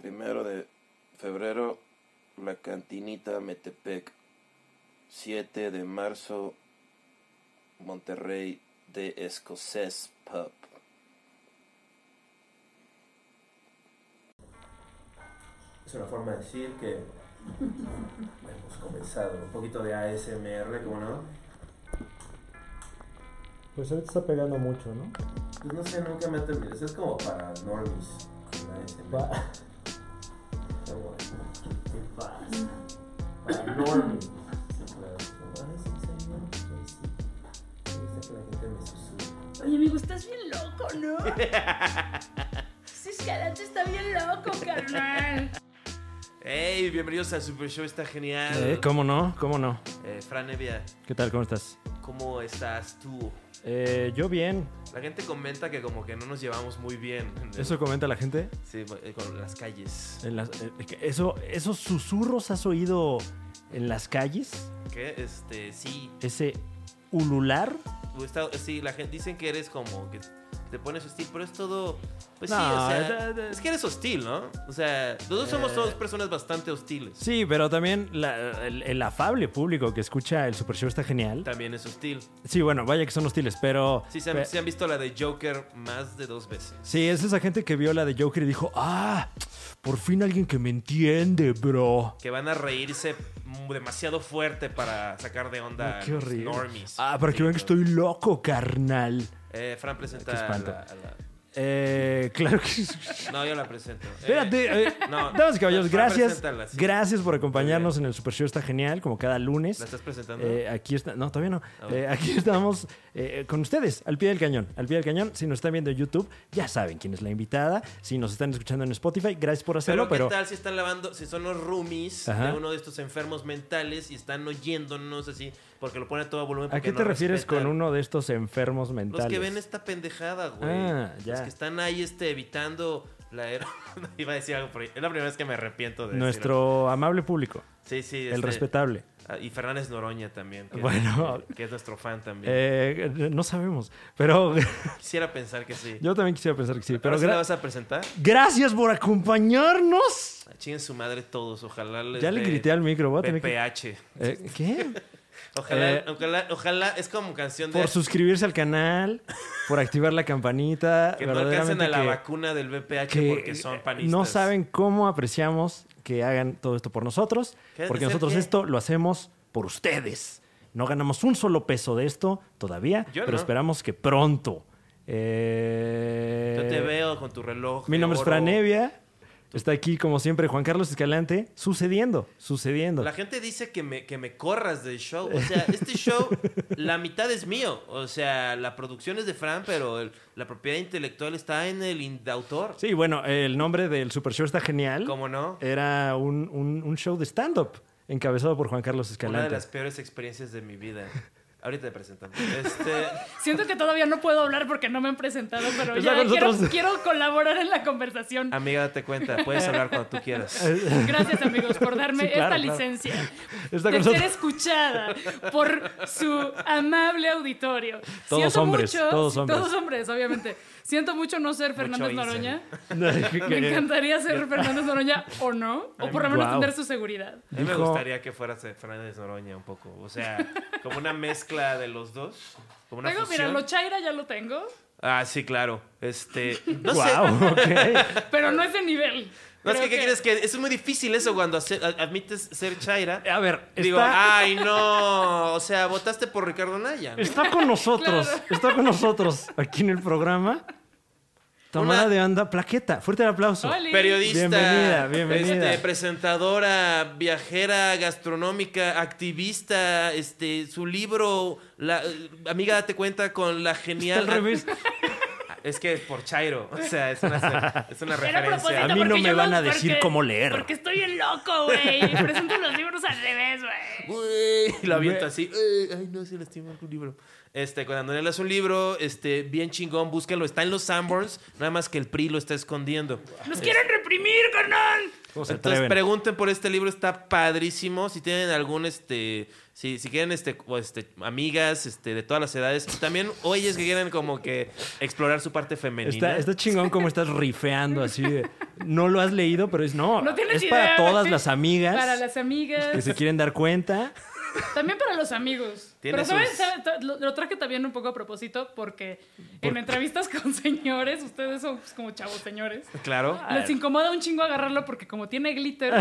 Primero de febrero, La Cantinita, Metepec. 7 de marzo, Monterrey de Escocés Pub. Es una forma de decir que hemos comenzado. Un poquito de ASMR, ¿cómo no? Pues ahorita está pegando mucho, ¿no? Pues no sé, nunca me he terminado. Eso es como para normies. el ASMR. Pa- Como de- ¿Qué pasa? Para Norman. Oye, amigo, estás bien loco, ¿no? Sí, Escalante está bien loco, carnal. Hey, bienvenidos a Super Show, está genial. Eh, ¿Cómo no? ¿Cómo no? Eh, Fran Evia, ¿Qué tal? ¿Cómo estás? ¿cómo estás tú? Eh, yo bien. La gente comenta que como que no nos llevamos muy bien. ¿Eso comenta la gente? Sí, eh, con las calles. En las- eh, que eso, ¿Esos susurros has oído en las calles? ¿Qué? Este, sí. ¿Ese ulular? tú está- sí, la gente dicen que eres como que te pones hostil, pero es todo. Pues sí, No, o sea. da- da- Eh. Es que eres hostil, ¿no? O sea, nosotros somos dos personas bastante hostiles. Sí, pero también la- el, el afable público que escucha el Super Show está genial. También es hostil. Sí, bueno, vaya que son hostiles, pero... Sí, se han, pe- se han visto la de Joker más de dos veces. sí, es esa gente que vio la de Joker y dijo, ah, por fin alguien que me entiende, bro. que van a reírse m- demasiado fuerte para sacar de onda Ah, a los normies. Ah, para que Sí, vean que claro. estoy loco, carnal. Eh, Fran presenta Qué a espanto. la, a la- Eh, claro que sí. No, yo la presento. Eh, Espérate, eh, no. damas y caballeros, Fran, gracias. preséntala, sí. Gracias por acompañarnos en el Super Show, está genial, como cada lunes. ¿La estás presentando? Eh, aquí está, no, todavía no. Ah, bueno. Eh, aquí estamos eh, con ustedes, al pie del cañón. Al pie del cañón, si nos están viendo en YouTube, ya saben quién es la invitada. Si nos están escuchando en Spotify, gracias por hacerlo, pero, pero, ¿qué tal si están lavando, si son los roomies Ajá. de uno de estos enfermos mentales y están oyéndonos así porque lo ponen a todo volumen? ¿a porque qué no te refieres respetan? con uno de estos enfermos mentales? Los que ven esta pendejada, güey. Ah, ya. Los que están ahí este, evitando la era. Iba a decir algo, pero es la primera vez que me arrepiento de decirlo. Nuestro amable público, Sí, sí. el este, respetable. Ah, Y Fernández Noroña también. Que, Bueno. que es nuestro fan también. Eh, no sabemos, pero Quisiera pensar que sí. yo también quisiera pensar que sí. Pero ¿Ahora sí gra- la vas a presentar? gracias por acompañarnos. Ah, Chinguen su madre todos, ojalá les Ya le dé grité al micro, voy a tener que- BPH. Eh, ¿Qué? Ojalá, Eh, ojalá, ojalá, es como canción de Por suscribirse al canal, por activar la campanita. que no alcancen a la que- vacuna del BPH que porque son panistas. No saben cómo apreciamos que hagan todo esto por nosotros, ¿Qué has de porque ser nosotros qué? esto lo hacemos por ustedes. No ganamos un solo peso de esto todavía, Yo pero no. esperamos que pronto. Eh, Yo te veo con tu reloj. Mi de nombre es oro. Fran Evia. Está aquí, como siempre, Juan Carlos Escalante. Sucediendo, sucediendo. La gente dice que me, que me corras del show. O sea, este show, la mitad es mío. O sea, la producción es de Fran, pero el- la propiedad intelectual está en el in- autor. Sí, Eh, bueno, el nombre del Super Show está genial. ¿Cómo no? Era un, un- un show de stand-up encabezado por Juan Carlos Una de Escalante. las peores experiencias de mi vida. Ahorita te presentamos. Este, Siento que todavía no puedo hablar porque no me han presentado, pero Pues ya luego quiero, nosotros- quiero colaborar en la conversación. amiga, date cuenta, puedes hablar cuando tú quieras. Gracias, amigos, por darme Sí, claro, esta claro. licencia Está de con ser nosotros. escuchada por su amable auditorio. Todos hombres, todos hombres. Todos hombres, obviamente. Siento mucho no ser Fernández incel. Noroña. Me encantaría ser Fernández Noroña o no, o por lo menos Guau. tener su seguridad. A mí me Dijo- gustaría que fueras eh, Fernández Noroña un poco. O sea, como una mezcla de los dos. Como una Tengo, mira, fusión. lo Chaira ya lo tengo, Ah, sí, claro. Este. No sé. Guau, ok. pero no es de nivel. No, es Creo que, ¿qué crees que es muy difícil eso cuando hace- a- admites ser Chaira? A ver, Digo, ah. está, ay, no. O sea, votaste por Ricardo Naya. ¿no? está con nosotros. Está con nosotros aquí en el programa. Tomada Una- de onda, plaqueta. Fuerte el aplauso. Oli. Periodista, Bienvenida, bienvenida. este, presentadora, viajera, gastronómica, activista, este, su libro, la, eh, amiga, date cuenta con la Está genial. Ah, al revés. Es que es por Chairo, o sea, es una, es una Era a propósito, referencia. A mí no porque me yo van los- a decir porque- cómo leer. Porque estoy bien loco, güey. Presento los libros al revés, güey. Uy, y lo aviento así. uy, Ay, no, se lastimó el libro. Este, con Antonella es un libro, este, bien chingón, búsquenlo. Está en los Sanborns, nada más que el PRI lo está escondiendo. ¡Nos quieren reprimir, carnal! ¿Cómo se Entonces atreven? pregunten por este libro, está padrísimo. Si tienen algún, este, si, si quieren, este, o este, amigas, este, de todas las edades, y también o ellas que quieren como que explorar su parte femenina. Está, está chingón como estás rifeando así de, No lo has leído, pero es no. No tienes es idea, para todas güey. las amigas Para las que se amigas. quieren dar cuenta. También para los amigos. Tiene Pero ¿saben? sus- ¿saben? Ta- Lo, lo traje también un poco a propósito porque en entrevistas con señores, ustedes son pues, como chavos señores. Claro. Les incomoda un chingo agarrarlo porque como tiene glitter,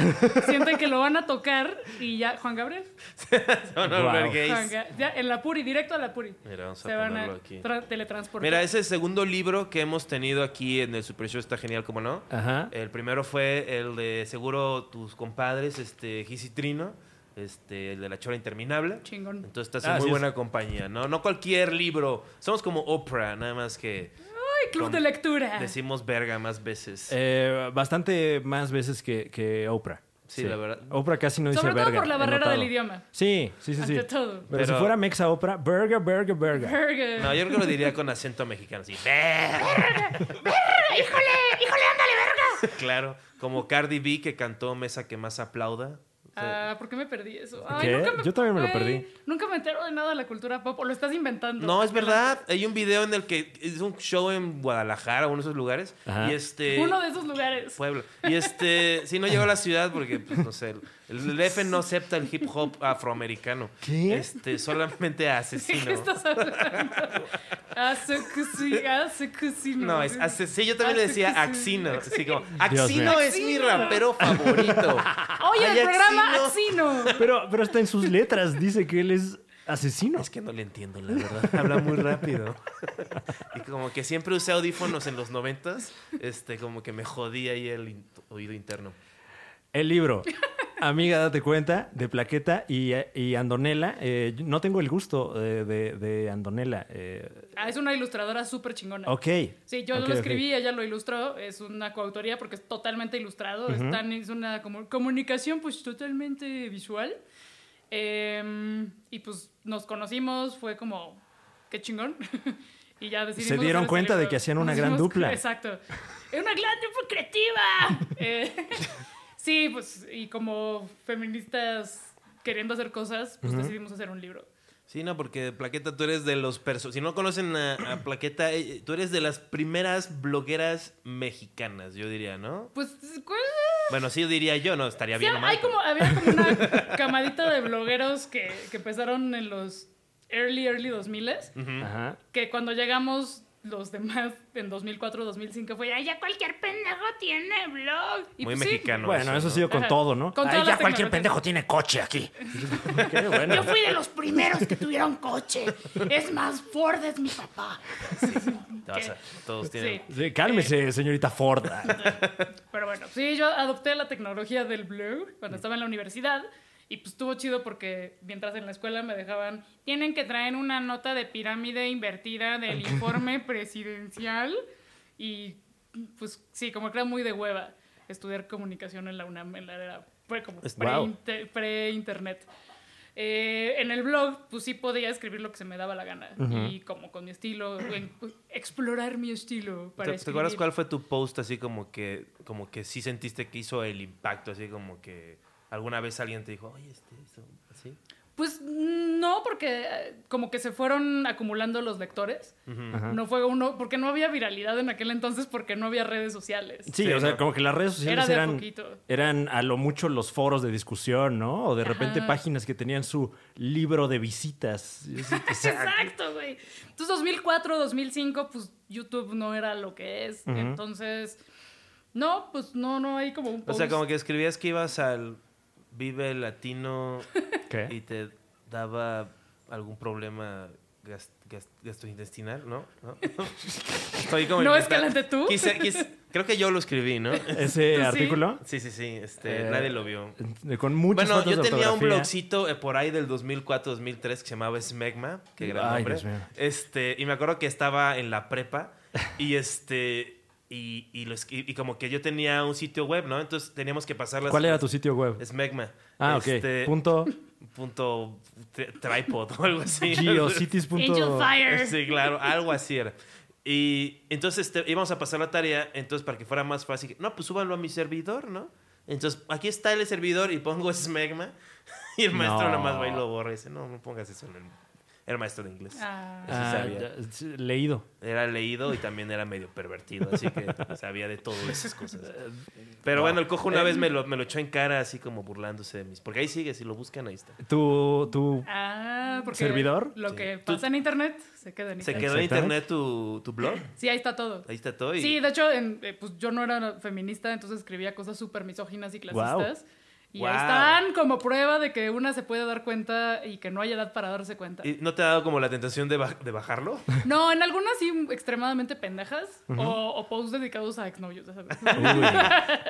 sienten que lo van a tocar y ya, Juan Gabriel, Son Albert Wow. Gates. Juan Ga- ya en la Puri, directo a la Puri. Mira, vamos a Se van a ponerlo aquí. tra- teletransportar. Mira, ese segundo libro que hemos tenido aquí en el Super Show está genial, ¿cómo no? Ajá. El primero fue el de seguro tus compadres, este, Gis y Trino, este, el de la chora interminable. Chingón. Entonces estás Ah, en así muy es. buena compañía, ¿no? No cualquier libro. Somos como Oprah, nada más que ¡Ay, club con- de lectura! decimos verga más veces. Eh, bastante más veces que, que Oprah. Sí, la verdad. Oprah casi no dice Sobre todo verga, por la he barrera notado. del idioma. Sí, sí, sí, sí. Ante todo. Pero, si Pero- fuera Mexa Oprah, burger, burger, burger. Verga. No, yo creo que lo diría con acento mexicano, así. "Verga". ¡Híjole! ¡Híjole, ándale, verga! Claro, como Cardi B que cantó Mesa que más aplauda. Ah, ¿por qué me perdí eso? ¿Qué? nunca me- Yo también me lo Ay, perdí. Nunca me entero de nada de la cultura pop. ¿O lo estás inventando? No, es verdad. Hay un video en el que es un show en Guadalajara, uno de esos lugares. Ajá. Y este. Uno de esos lugares. Puebla. Y este, sí, no llegó a la ciudad porque, pues, no sé, el- el DF no acepta el hip hop afroamericano. ¿Qué? Este, solamente a ¿De qué asesino. estás hablando? Azucusi, azucusi, No, es ases- sí, yo Ah, también le decía Azucusi. Axino. Así como, mío. Axino es mi Axino. rapero favorito. Oye, Ay, el programa Axino. Axino. Pero, pero hasta en sus letras dice que él es asesino. Es que no le entiendo, la verdad. Habla muy rápido. Y como que siempre usé audífonos en los noventas, este, como que me jodía ahí el in- oído interno. El libro, Amiga, date cuenta, de Plaqueta y, y Andonela. Eh, yo no tengo el gusto eh, de, de Andonela. eh, Ah, es una ilustradora súper chingona. ok. Sí, yo Ok, lo ok. escribí, ella lo ilustró. Es una coautoría porque es totalmente ilustrado. Están- es una como- comunicación pues totalmente visual. Em, y pues nos conocimos, fue como, qué chingón. y ya decidimos... Se dieron hacer este cuenta de libro. que hacían una Nos gran dimos- dupla. Exacto. Es una gran dupla creativa. Eh, sí, pues y como feministas queriendo hacer cosas, pues decidimos hacer un libro. Sí, no, porque Plaqueta, tú eres de los perso- Si no conocen a, a Plaqueta, eh, tú eres de las primeras blogueras mexicanas, yo diría, ¿no? Pues, ¿cuál? Bueno, sí, diría yo, no, estaría bien Sí, o mal, hay como, había como una camadita de blogueros que, que empezaron en los early, early 2000 Ajá. que cuando llegamos los demás en 2004, 2005 fue, ay, ya cualquier pendejo tiene blog. Y Muy pues sí, mexicano. bueno, eso ¿no? ha sido con Ajá. todo, ¿no? Con todas las tecnologías. tiene coche aquí. Ok, Yo bueno. fui de los primeros que tuvieron coche. Es más, Ford es mi papá. Te vas a- todos tienen. Sí. Sí, Eh. cálmese, señorita Ford. Pero bueno, sí, yo adopté la tecnología del blog Mm. cuando estaba en la universidad. Y pues estuvo chido porque mientras en la escuela me dejaban, tienen que traer una nota de pirámide invertida del informe presidencial. Y pues sí, como que era muy de hueva estudiar comunicación en la UNAM, en la era, fue como Es- pre- wow. inte- pre-internet. Eh, en el blog, pues sí podía escribir lo que se me daba la gana. Y como con mi estilo, en- pues, explorar mi estilo. Para ¿Te, te acuerdas escribir. cuál fue tu post así como que, como que sí sentiste que hizo el impacto, así como que alguna vez alguien te dijo, oye, este, esto, así? Pues no, porque eh, como que se fueron acumulando los lectores. No fue uno, porque no había viralidad en aquel entonces, porque no había redes sociales. Sí, Sí, o sea, no. como que las redes sociales Era de a eran, poquito. eran a lo mucho los foros de discusión, ¿no? O de repente Ajá. páginas que tenían su libro de visitas. O sea, Exacto, güey. Entonces 2004, 2005, pues YouTube no era lo que es. Entonces, no, pues no, no hay como un O post. sea, como que escribías que ibas al Vive Latino ¿Qué? y te daba algún problema gas- gas- gastrointestinal, ¿no? ¿No? Estoy como inventando. ¿No escalaste tú? Quise- quise- creo que yo lo escribí, ¿no? Ese ¿Tú sí? artículo. Sí, sí, sí. Este, Eh, nadie lo vio. Con muchas Bueno, fotos yo de tenía un ortografía. blogcito eh, por ahí del 2004-2003 que se llamaba Smegma, que gran Ay, nombre. Dios mío. Este, y me acuerdo que estaba en la prepa y este y y, y los- y- y como que yo tenía un sitio web, ¿no? Entonces teníamos que pasar las... ¿Cuál era tu sitio web? Smegma. Ah, Este, ok. Punto punto tri- tripod o algo así. geocities. punto- Angel Fire. Sí, claro, algo así era. Y entonces este, íbamos a pasar la tarea, entonces para que fuera más fácil, no, pues súbanlo a mi servidor, ¿no? Entonces, aquí está el servidor y pongo Smegma. Y el maestro No. nada más va y lo borra y dice, no, no pongas eso en el... Era maestro de inglés. Ah, Eso Ah, sabía. ya, sí, leído. Era leído y también era medio pervertido, así que sabía de todas esas cosas. Pero bueno, el Eh. cojo una vez me lo, me lo echó en cara así como burlándose de mis... Porque ahí sigue, si lo buscan, ahí está. Tu, tu ah, porque ¿Servidor? Lo Sí. que Tú- pasa en internet se queda en Se internet. quedó en Exactamente. internet tu, tu blog. Sí, ahí está todo. Ahí está todo. Y, Sí, de hecho, en- eh, pues yo no era feminista, entonces escribía cosas súper misóginas y clasistas. Y ahí Wow. están como prueba de que una se puede dar cuenta y que no hay edad para darse cuenta. ¿Y ¿No te ha dado como la tentación de, baj- de bajarlo? No, en algunas sí extremadamente pendejas o, o posts dedicados a exnovios, ya ¿sabes?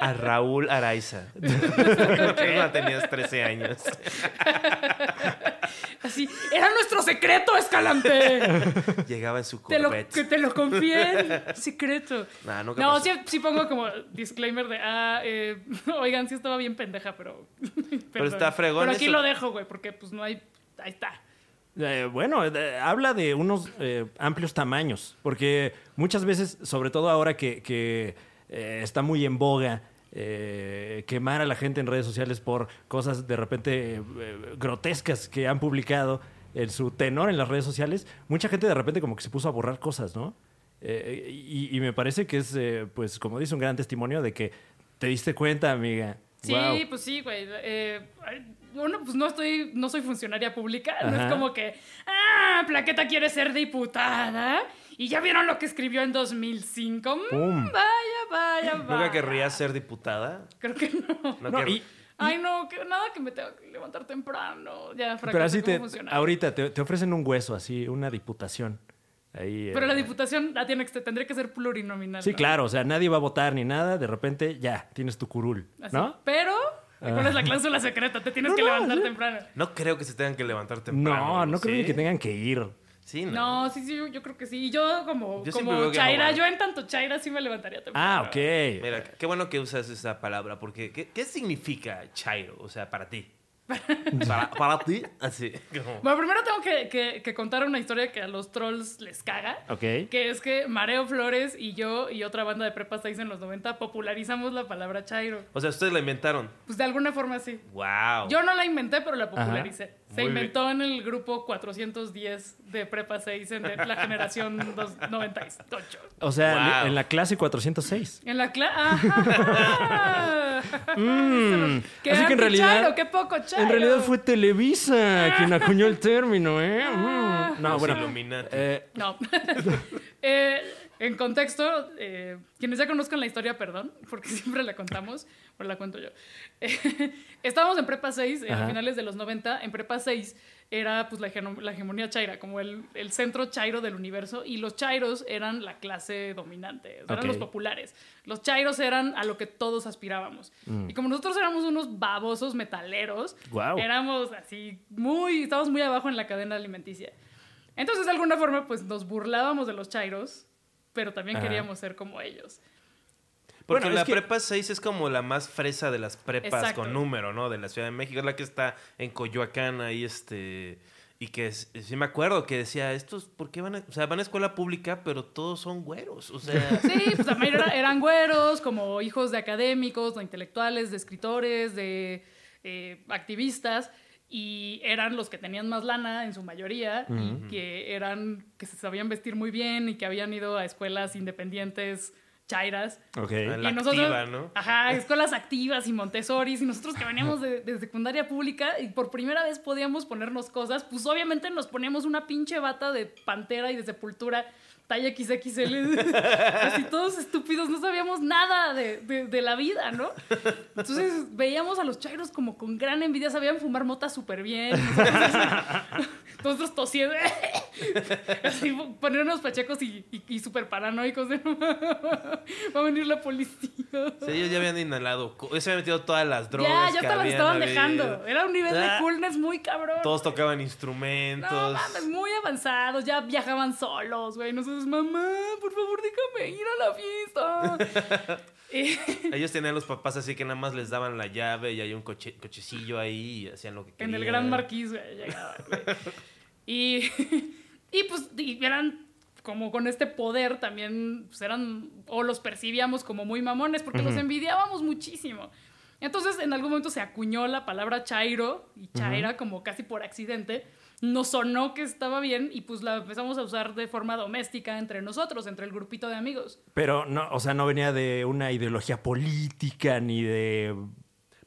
A Raúl Araiza. Porque cuando tenías 13 años. Así, era nuestro secreto, Escalante. Llegaba en su te, lo, Corvette. que te lo confié, en secreto. Nah, nunca No, pasó. sí, sí pongo como disclaimer de, ah, eh, oigan, sí estaba bien pendeja, pero... perdón. está fregón Pero aquí eso. lo dejo, güey, porque pues no hay... Ahí está. Eh, bueno, eh, habla de unos eh, amplios tamaños, porque muchas veces, sobre todo ahora que, que, eh, está muy en boga eh, quemar a la gente en redes sociales por cosas de repente eh, eh, grotescas que han publicado en su tenor en las redes sociales, mucha gente de repente como que se puso a borrar cosas, ¿no? Eh, y, y me parece que es, eh, pues, como dice, un gran testimonio de que te diste cuenta, amiga. Sí, Guau. pues sí, güey. Eh, bueno, pues no estoy, no soy funcionaria pública. No Ajá. es como que, ah, Plaqueta quiere ser diputada. Y ya vieron lo que escribió en 2005. Mm, Pum. vaya, vaya, vaya. ¿Nunca querrías ser diputada? Creo que no. No, No, quer- y- Ay, no, que, nada que me tengo que levantar temprano. Ya, fracaso, Pero así ¿cómo te, funciona? ahorita te, te ofrecen un hueso, así, una diputación. Ahí, Pero eh, la diputación la tiene que, tendría que ser plurinominal. Sí, ¿no? claro, o sea, nadie va a votar ni nada, de repente ya, tienes tu curul, Así. ¿no? Ah. Pero, ¿cuál es la cláusula secreta? Te tienes No, que no, levantar sí. temprano. No creo que se tengan que levantar temprano. No, no creo ¿sí? ni que tengan que ir. Sí, no. No, sí, sí, yo, yo creo que sí. Y Yo como, Yo siempre veo como que no Chaira, van. yo en tanto Chaira sí me levantaría temprano. Ah, ok. Mira, qué bueno que usas esa palabra, porque ¿qué, qué significa chairo? O sea, para ti. para, para ti, así. como- Bueno, primero tengo que, que- que contar una historia que a los trolls les caga. Ok. Que es que Mareo Flores y yo y otra banda de prepa 6 en los 90 popularizamos la palabra Chairo. O sea, ustedes la inventaron. Pues de alguna forma sí. ¡Wow! Yo no la inventé, pero la popularicé. Se Muy inventó en el grupo 410 de prepa 6 en de- la generación dos- 98. O sea, Wow. en la clase 406. En la clase. Qué Mm. Así que en realidad- anti-chairo, qué poco chairo. En realidad fue Televisa quien acuñó el término, ¿eh? Ah. Mm. No, Los bueno. Illuminati. eh, No. Eh, en contexto, eh, quienes ya conozcan la historia, perdón, porque siempre la contamos, pero la cuento yo. Eh, estábamos en prepa 6, en Ajá. finales de los 90, en prepa 6 era pues la, hegemo- la hegemonía chaira, como el, el centro chairo del universo, y los chairos eran la clase dominante, o sea, Ok. eran los populares. Los chairos eran a lo que todos aspirábamos. Y como nosotros éramos unos babosos metaleros, Mm. Guau. éramos así muy, estábamos muy abajo en la cadena alimenticia. Entonces, de alguna forma, pues nos burlábamos de los chairos, pero también Ajá. queríamos ser como ellos. Porque Bueno, la es que- prepa 6 es como la más fresa de las prepas Exacto. con número, ¿no? De la Ciudad de México. Es la que está en Coyoacán, ahí este. Y que es- sí me acuerdo que decía, estos, ¿por qué van a.? O sea, van a escuela pública, pero todos son güeros. O sea. Sí, pues también era- eran güeros, como hijos de académicos, de intelectuales, de escritores, de eh, activistas, y eran los que tenían más lana en su mayoría, y que eran, que se sabían vestir muy bien y que habían ido a escuelas independientes chairas. ok. A la Y activa, ¿no? Ajá, escuelas activas y Montessori. Y nosotros que veníamos de, de secundaria pública y por primera vez podíamos ponernos cosas, pues obviamente nos poníamos una pinche bata de pantera y de sepultura talla XXL. así todos estúpidos, no sabíamos nada de, de- de la vida, ¿no? Entonces veíamos a los chairos como con gran envidia, sabían fumar mota súper bien. Nosotros, nosotros tosiendo. Así, ponernos pachecos y, y, y súper paranoicos. de, Va a venir la policía. Sí, ellos ya habían inhalado. co- Se habían metido todas las drogas. ya, que ya hasta las habían estaban habido. dejando. Era un nivel de Ah. coolness muy cabrón. Todos güey. tocaban instrumentos. No mames, muy avanzados, ya viajaban solos, güey. Nosotros, mamá, por favor, déjame ir a la fiesta. Eh, Ellos tenían los papás así que nada más les daban la llave y hay un coche- cochecillo ahí y hacían lo que en querían. el Gran Marquis, güey, llegaban, güey. Y, y pues y eran como con este poder también, pues eran, o los percibíamos como muy mamones, porque los envidiábamos muchísimo. Entonces, en algún momento se acuñó la palabra chairo y chaira como casi por accidente. Nos sonó que estaba bien y pues la empezamos a usar de forma doméstica entre nosotros, entre el grupito de amigos. Pero no, o sea, no venía de una ideología política ni de.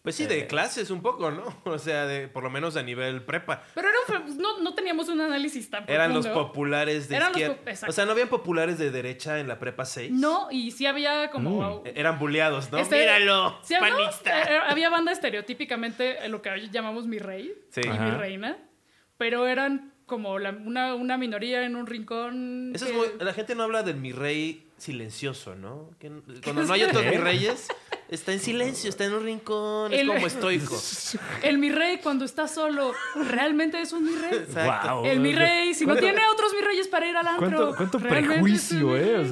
Pues sí, de clases un poco, ¿no? O sea, de, por lo menos a nivel prepa. Pero era un fe- pues, no, no teníamos un análisis tan Eran los profundo. populares de Eran los izquierda. pop- exacto. o sea, no habían populares de derecha en la prepa 6. No, y sí había como... E- Eran buleados, ¿no? este- Míralo, sí había- panista. eh, Había banda estereotípicamente eh, lo que hoy llamamos mi rey Sí. y mi Ajá. reina, pero eran como la- una, una minoría en un rincón. Eso que- es muy- la gente no habla del mi rey silencioso, ¿no? Que n- cuando es no hay otros ¿Eh? eso? mi reyes, está en silencio, está en un rincón, es El- como estoico. El mi rey cuando está solo, realmente es un mi rey. Exacto. Guau. El mi rey, si no tiene otros mi reyes para ir al antro. ¿Cuánto, cuánto realmente es un prejuicio, mi rey. eh? O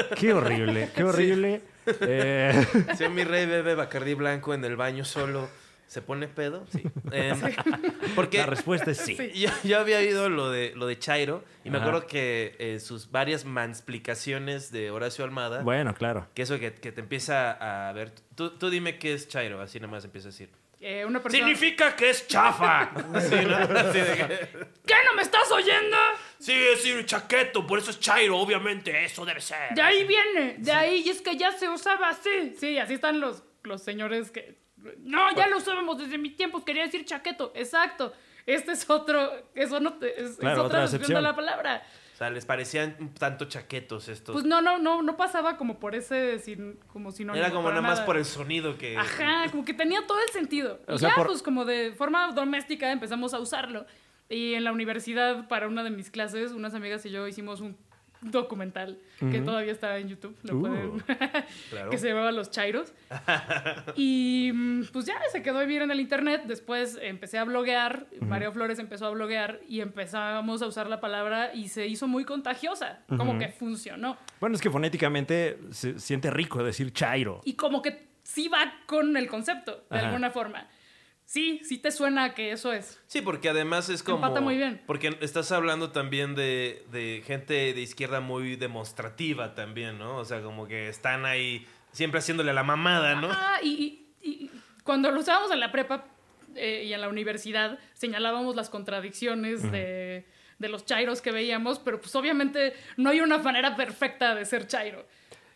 sea, qué horrible, qué horrible. Eh, Si mi rey bebe Bacardí blanco en el baño solo, ¿se pone pedo? Sí. Em, porque la respuesta es sí. yo, yo había oído lo de, lo de Chairo y me Ajá. acuerdo que eh, sus varias mansplicaciones de Horacio Almada, Bueno, claro. que eso que, que te empieza a ver... Tú, tú dime qué es Chairo, así nada más empieza a decir. Eh, una persona. Significa que es chafa. Sí, ¿no? Así de que- ¿Qué no me estás oyendo? Sí, es un chaqueto, por eso es Chairo, obviamente, eso debe ser. De ahí viene, de ahí, y es que ya se usaba así. Sí, así están los, los señores que. No, ya lo usábamos desde mis tiempos, quería decir chaqueto, exacto. Este es otro, eso no te- es, es Claro, otra otra acepción de acepción. la palabra. O sea, les parecían un tanto chaquetos estos. Pues no, no, no, no pasaba como por ese sin, como sinónimo. Era como para Ah, nada más por el sonido que... Ajá, como que tenía todo el sentido. O y sea, ya, por- pues como de forma doméstica empezamos a usarlo. Y en la universidad, para una de mis clases, unas amigas y yo hicimos un documental que todavía está en YouTube, lo Uh. pueden- Claro. que se llamaba Los Chairos. y mm, pues ya se quedó a vivir en el internet. Después empecé a bloguear, Mario Flores empezó a bloguear y empezamos a usar la palabra y se hizo muy contagiosa, como que funcionó. Bueno, es que fonéticamente se siente rico decir chairo. y como que sí va con el concepto, de Ajá. alguna forma. Sí, sí te suena a que eso es. Sí, porque además es como... Empata muy bien. Porque estás hablando también de, de gente de izquierda muy demostrativa también, ¿no? O sea, como que están ahí siempre haciéndole a la mamada, ¿no? Ah, y, y- y cuando lo usábamos en la prepa eh, y en la universidad, señalábamos las contradicciones de, de los chairos que veíamos, pero pues obviamente no hay una manera perfecta de ser chairo.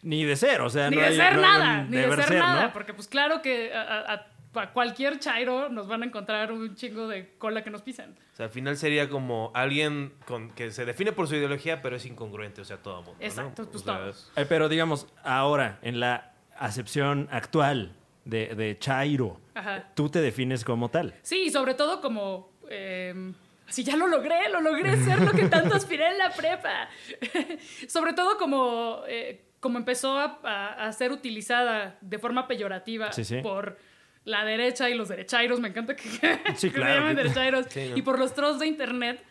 Ni de ser, o sea, ni no de hay- ser no hay nada, un ni de deber ser, nada, ¿no? porque pues claro que a, a- a cualquier chairo nos van a encontrar un chingo de cola que nos pisan. O sea, al final sería como alguien con, que se define por su ideología, pero es incongruente, o sea, todo mundo. ¿no? Exacto, pues O sea, todos. Eh, pero digamos, ahora, en la acepción actual de, de chairo, Ajá. tú te defines como tal. Sí, y sobre todo como... eh, así ya lo logré, lo logré ser lo que tanto aspiré en la prepa. sobre todo como, eh, como empezó a, a- a ser utilizada de forma peyorativa Sí, sí. por la derecha y los derechairos. Me encanta que, que claro, se llamen que- derechairos. Sí, ¿no? Y por los trolls de internet.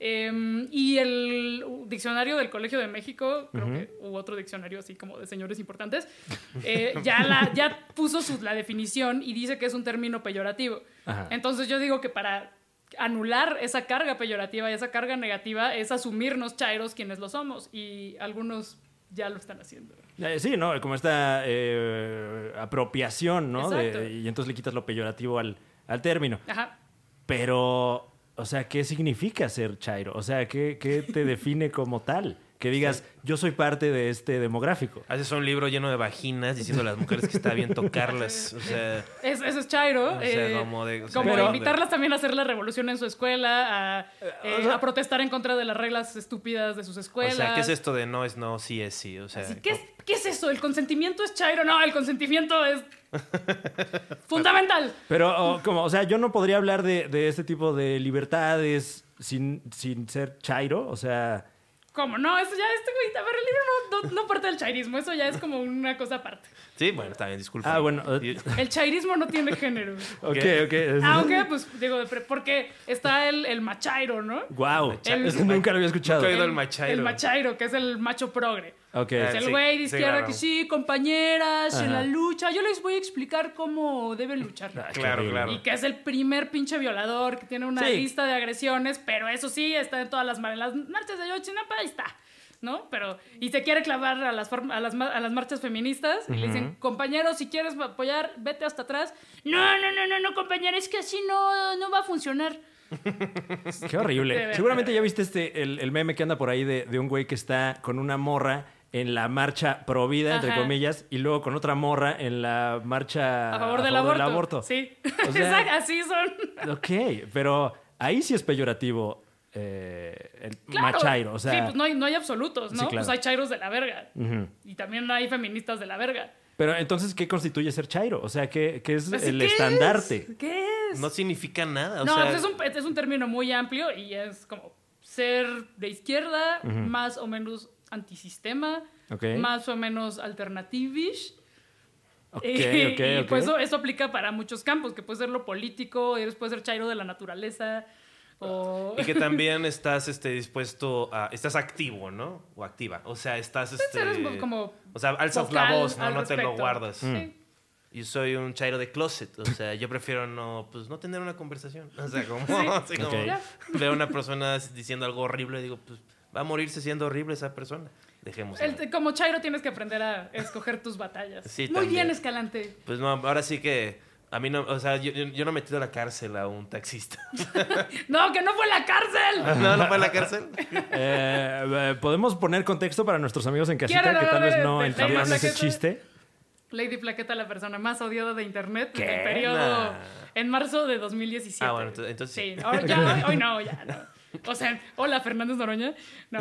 Eh, y el diccionario del Colegio de México, creo que u otro diccionario así como de señores importantes, eh, ya, la, ya puso su- la definición y dice que es un término peyorativo. Ajá. Entonces yo digo que para anular esa carga peyorativa y esa carga negativa es asumirnos chairos quienes lo somos y algunos ya lo están haciendo. Eh, sí, ¿no? Como esta eh, apropiación, ¿no? De- Exacto. y entonces le quitas lo peyorativo al, al término. Ajá. Pero, o sea, ¿qué significa ser chairo? O sea, ¿qué, qué te define como tal? Que digas, yo soy parte de este demográfico. Haces un libro lleno de vaginas diciendo a las mujeres que está bien tocarlas. O sea, Es, eso es Chairo. Ah, O sea, eh, como de- o sea, como pero- invitarlas también a hacer la revolución en su escuela, a, eh, o sea- a protestar en contra de las reglas estúpidas de sus o escuelas. sea, ¿qué es esto de no es no, sí es sí? O sea, Así, ¿qué, es, qué es eso? ¿El consentimiento es Chairo? No, el consentimiento es fundamental. Pero, o, como, o sea, yo no podría hablar de, de este tipo de libertades sin, sin ser chairo. O sea, ¿Cómo? No, eso ya, este güey, a ver, el libro no, no- no parte del chairismo, eso ya es como una cosa aparte. sí, bueno, también disculpa. Ah, bueno, eh, Y- El chairismo no tiene género. ok, ok. Aunque, pues, digo, de pre- porque está el, el machairo, ¿no? Wow, El- nunca lo había escuchado. Nunca he oído el machairo. El machairo, que es el macho progre. Ok. Es el sí, güey de sí, izquierda claro. que sí, compañeras, en Ajá. la lucha. Yo les voy a explicar cómo deben luchar. Ah, Claro, Y claro. que es el primer pinche violador que tiene una Sí. lista de agresiones, pero eso sí, está en todas las, mar- en las marchas de Yochinapa, ahí está. ¿No? Pero, y se quiere clavar a las, form- a las, ma- a las marchas feministas y le dicen, compañeros, si quieres apoyar, vete hasta atrás. No, no, no, no, no, compañero, es que así no, no va a funcionar. Qué horrible. Seguramente ya viste este, el, el meme que anda por ahí de, de un güey que está con una morra en la marcha pro vida, entre Ajá. comillas, y luego con otra morra en la marcha A favor, del, aborto. Sí. O sea- Exacto, así son. Ok, pero ahí sí es peyorativo eh, el Claro. machairo. O sea, sí, pues no hay, no hay absolutos, ¿no? Sí, claro. Pues hay chairos de la verga. Y también hay feministas de la verga. Pero entonces, ¿qué constituye ser chairo? O sea, ¿qué, qué es Pues, el ¿qué es? estandarte? ¿Qué es? No significa nada. O no, sea, pues es, un, es un término muy amplio y es como ser de izquierda, más o menos antisistema, Ok. más o menos alternativish. Ok, Y- ok, y ok. pues eso, eso aplica para muchos campos, que puede ser lo político, eres, puede ser chairo de la naturaleza, o... Y que también estás este, dispuesto a. Estás activo, ¿no? O activa. O sea, estás. Este, eres como o sea, alzas la vocal voz, ¿no? al No te lo respecto. guardas. Mm. Mm. Sí. Yo soy un chairo de closet. O sea, yo prefiero no, pues, no tener una conversación. O sea, como. así como Ok. Ya. Veo a una persona diciendo algo horrible y digo, pues va a morirse siendo horrible esa persona. Dejemos. El- como chairo tienes que aprender a escoger tus batallas. Sí, Muy también. bien, Escalante. Pues no, ahora sí que. A mí no. O sea, yo, yo- yo no he metido a la cárcel a un taxista. No, que no fue la cárcel. no, no fue a la cárcel. Eh, eh, ¿Podemos poner contexto para nuestros amigos en casita Quiero que tal hablar vez de- no de- de entendieron la ese maqueta. chiste? Lady Plaqueta, la persona más odiada de internet ¿Qué? del periodo Nah. en marzo de 2017. Ah, bueno, ento- entonces sí. sí. Ahora ya, hoy, hoy no, ya no. O sea, hola Fernández Noroña. No.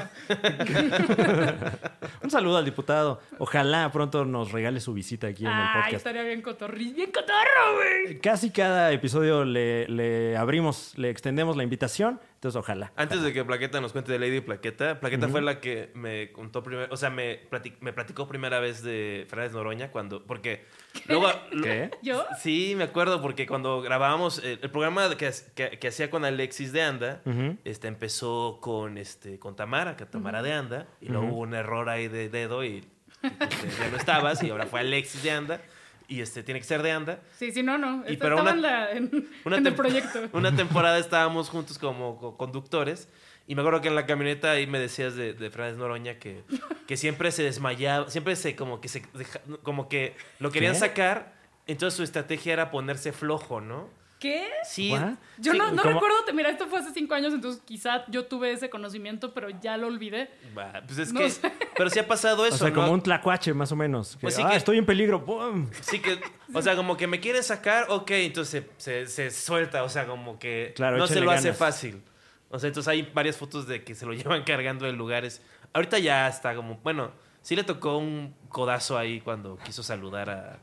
Un saludo al diputado. Ojalá pronto nos regale su visita aquí en el Ay, podcast. estaría bien cotorri, bien cotorro, güey. Casi cada episodio le, le abrimos, le extendemos la invitación. Entonces, ojalá. Antes de que Plaqueta nos cuente de Lady Plaqueta, Plaqueta fue la que me contó primero, o sea, me, plati- me platicó primera vez de Fernández Noroña cuando, porque luego... ¿Qué? ¿Yo? Sí, me acuerdo, porque cuando grabábamos eh, el, el programa que, que- que hacía con Alexis de Anda, este, empezó con, este, con Tamara, que Tamara de Anda, y luego hubo un error ahí de dedo y, y, pues, ya no estabas, y ahora fue Alexis de Anda, y este, tiene que ser de Anda. Sí, sí, no, no. Y Est- pero una- Estaba en, la- en- Una en el tem- proyecto. Una temporada estábamos juntos como co- conductores. Y me acuerdo que en la camioneta ahí me decías de, de Fernández Noroña que, que siempre se desmayaba, siempre se como que se deja- como que lo querían ¿Qué? sacar, entonces su estrategia era ponerse flojo, ¿no? ¿Qué? Sí. ¿What? Yo sí, no, no ¿Cómo? recuerdo, mira, esto fue hace cinco años, entonces quizá yo tuve ese conocimiento, pero ya lo olvidé. bah, Pues es No que sé. pero sí ha pasado eso, o sea, ¿no? como un tlacuache, más o menos. Que, Pues sí ah, que- estoy en peligro. ¡Bum! Sí que o sea, como que me quieren sacar, ok, entonces se, se- se suelta, o sea, como que Claro, no se échale lo hace ganas. fácil. O sea, entonces hay varias fotos de que se lo llevan cargando de lugares. Ahorita ya está como, bueno, sí le tocó un codazo ahí cuando quiso saludar a,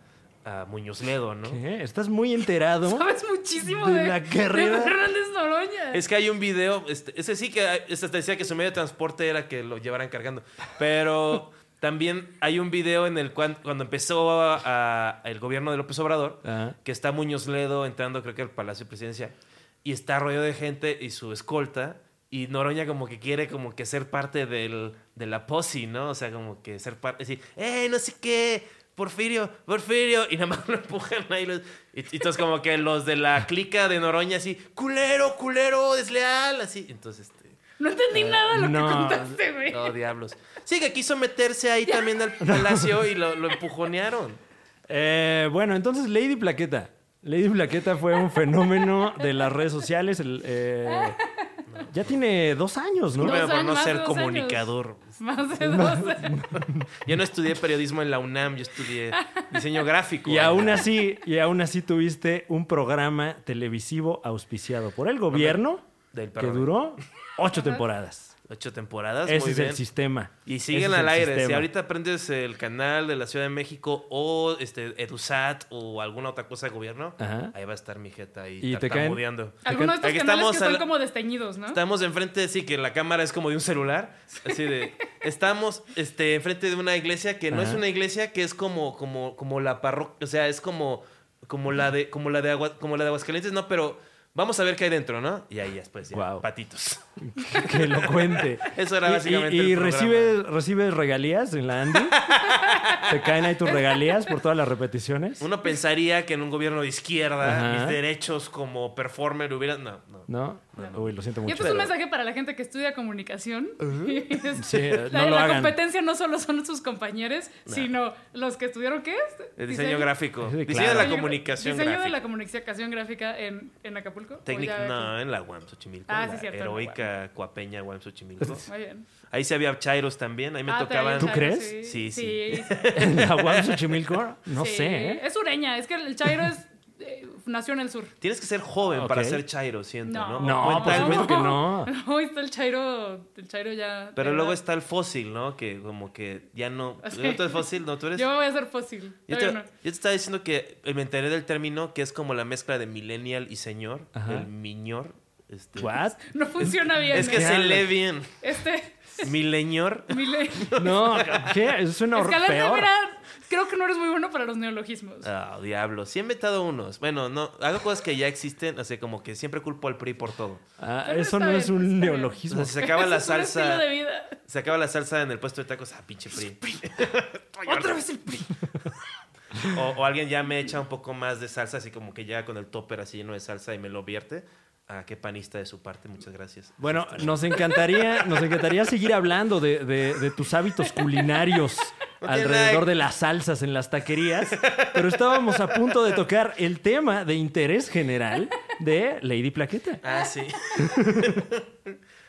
a Muñoz Ledo, ¿no? ¿Qué? Estás muy enterado. Sabes muchísimo De de, la de carrera. Fernández Noroña. Es que hay un video, este, ese sí que hay- este, decía que su medio de transporte era que lo llevaran cargando, pero también hay un video en el cual cuando empezó a- a- el gobierno de López Obrador, Ajá. que está Muñoz Ledo entrando creo que al Palacio Presidencial y está rodeado de gente y su escolta y Noroña como que quiere como que ser parte del, de la posi, ¿no? O sea, como que ser parte, decir, ¡eh, no sé qué! Porfirio, Porfirio, y nada más lo empujan ahí. Los, y, y entonces, como que los de la clica de Noroña, así, culero, culero, desleal, así. Entonces, este, No entendí nada de lo no, que contaste, güey. no, diablos. Sí, que quiso meterse ahí también al palacio y lo, lo empujonearon. Eh, bueno, entonces Lady Plaqueta. Lady Plaqueta fue un fenómeno de las redes sociales. el, eh, Ya tiene dos años, ¿no? Dos Primero por años, no más de ser dos comunicador. Más de 12. Yo no estudié periodismo en la UNAM, yo estudié diseño gráfico. Y aún así, y aún así tuviste un programa televisivo auspiciado por el gobierno Del que perro. duró ocho temporadas. Ocho temporadas. Ese muy es bien. el sistema. Y Ese siguen es al el aire. Si sistema. ahorita aprendes el canal de la Ciudad de México o este EduSat o alguna otra cosa de gobierno, Ajá. ahí va a estar mi jeta ahí Y te caen- tartamudeando. Algunos de estos Aquí canales estamos que a son la- como desteñidos, ¿Ah? ¿no? Estamos enfrente, sí, que la cámara es como de un celular. Así de. Estamos este, enfrente de una iglesia que no es Ajá. una iglesia, que es como, como, como la parroquia. O sea, es como, como la de, como la de agua, como la de Aguascalientes, no, pero vamos a ver qué hay dentro, ¿no? Y ahí después, ya, Guau. patitos. Que lo cuente. Eso era Y- y- básicamente Y, el programa. recibes, recibes regalías en la Andy. Te caen ahí tus regalías por todas las repeticiones. Uno pensaría que en un gobierno de izquierda Ajá. mis derechos como performer hubieran. No, no. ¿No? Uy, lo siento Y mucho. este es un mensaje para la gente que estudia comunicación. Sí, eh, la no lo la hagan. competencia no solo son sus compañeros, sino los que estudiaron qué es? El diseño, gráfico. Sí, Diseño de claro. la comunicación diseño gráfica. de la comunicación gráfica en, en Acapulco. ¿O Técnica, ya no, aquí? en la UAM Xochimilco. Ah, la sí, cierto, en la heroica Coapeña UAM Xochimilco. Muy bien. Ahí se había chairos también, ahí me Ah, tocaban. trae ¿Tú el crees? chairo, Sí, sí. ¿En la UAM Xochimilco? No sí. sé, ¿eh? Es ureña, es que el chairo es, eh, nació en el sur. Tienes que ser joven Ok. para ser chairo, siento, ¿no? No. O No, por tal- supuesto que no. No, ahí está el chairo, el chairo ya. Pero de luego edad. está el fósil, ¿no? Que como que ya no. Sí. ¿No tú eres fósil? No, tú eres. Yo voy a ser fósil. Yo te, todavía no. yo te estaba diciendo que eh, me enteré del término que es como la mezcla de millennial y señor, Ajá. el miñor. Este, ¿What? No funciona bien. Es que ¿eh? se lee bien. Este. Mileñor. Mile- No, ¿qué? Eso suena Escalante, peor. mira, creo que no eres muy bueno para los neologismos. Ah, diablo. Sí he inventado unos. Bueno, no, hago cosas que ya existen, así como que siempre culpo al PRI por todo. Ah, Pero eso está no es bien, un está bien. O neologismo. sea, si se acaba Ese la es un estilo salsa, Pues de vida. se acaba la salsa en el puesto de tacos, ah, pinche PRI. Pues, Otra vez el PRI. O, o alguien ya me echa un poco más de salsa, así como que llega con el topper así lleno de salsa y me lo vierte. Ah, qué panista de su parte, muchas gracias. Bueno, nos encantaría, nos encantaría seguir hablando de, de- de tus hábitos culinarios No tiene nada alrededor de- de las salsas en las taquerías, pero estábamos a punto de tocar el tema de interés general de Lady Plaqueta. Ah, sí.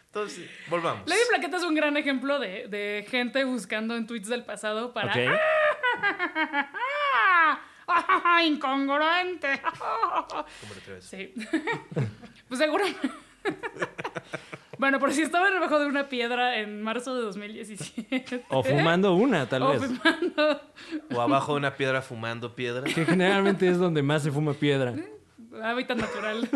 Entonces, volvamos. Lady Plaqueta es un gran ejemplo de, de gente buscando en tweets del pasado para. Ok. ¡Ah! ¡Incongruente! ¿Cómo lo atreves? Sí. pues seguro. bueno, por si estaba debajo de una piedra en marzo de 2017. O fumando una, tal O vez. fumando. O abajo de una piedra fumando piedra. Que generalmente es donde más se fuma piedra. Mm. Hábitat natural.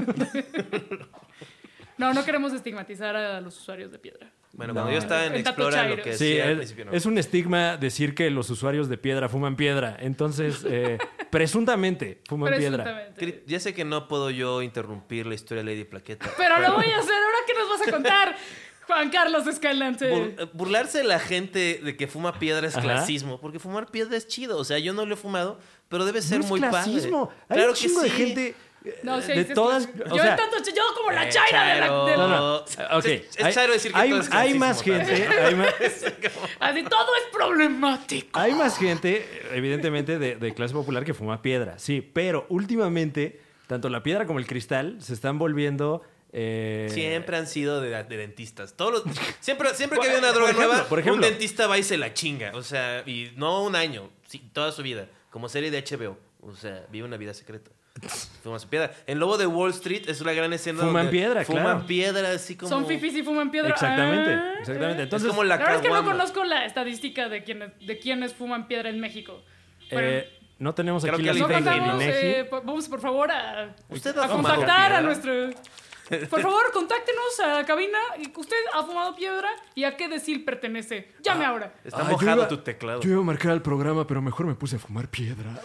no, no queremos estigmatizar a los usuarios de piedra. Bueno, No. cuando yo estaba en El Tato Explora, Chairo. lo que Sí, decía al es, principio no. es un estigma decir que los usuarios de piedra fuman piedra. Entonces, eh, presuntamente fuman piedra. Cri- Presuntamente. Ya sé que no puedo yo interrumpir la historia de Lady Plaqueta. Pero lo voy a hacer. ¿Ahora qué nos vas a contar, Juan Carlos Escalante? Bur- eh, burlarse de la gente de que fuma piedra es Ajá. clasismo, porque fumar piedra es chido. O sea, yo no lo he fumado, pero debe ser No es muy clasismo. padre. Hay Claro un chingo que de sí. gente eh, no, sí, de sí, es todas. clasismo. o yo sea, tanto, yo como la Eh, chaira de la... Chairo. de la- no, no. Ah, No. Ok. Es- es Hay- chairo decir que hay, todo es hay clasismo, más gente. también. Hay más, Así, todo es problemático. hay más gente, evidentemente, de, de clase popular que fuma piedra. Sí, pero últimamente, tanto la piedra como el cristal se están volviendo. eh, Siempre han sido de, de dentistas. Todos los- siempre, siempre que había una droga Por ejemplo, nueva, por ejemplo. un dentista va y se la chinga. O sea, y no un año, sí, toda su vida. Como serie de HBO. O sea, vive una vida secreta. Fuma su piedra. En Lobo de Wall Street es una gran escena. Fuman donde piedra, fuman claro. piedra, así como. Son fifis y fuman piedra. Exactamente, Ah, exactamente. eh. Entonces, es como la, La verdad es que no caguama. conozco la estadística de quienes, de quienes fuman piedra en México. Pero eh, no tenemos Creo aquí que la el no cifra del contamos, INEGI. eh, po- vamos por favor a, Usted a ha fumado contactar piedra? a nuestro... Por favor, contáctenos a la cabina. ¿Usted ha fumado piedra y a qué decir pertenece? Ah, Llame ahora. Está Ay, yo mojado iba- tu teclado. Yo iba a marcar al programa, pero mejor me puse a fumar piedra.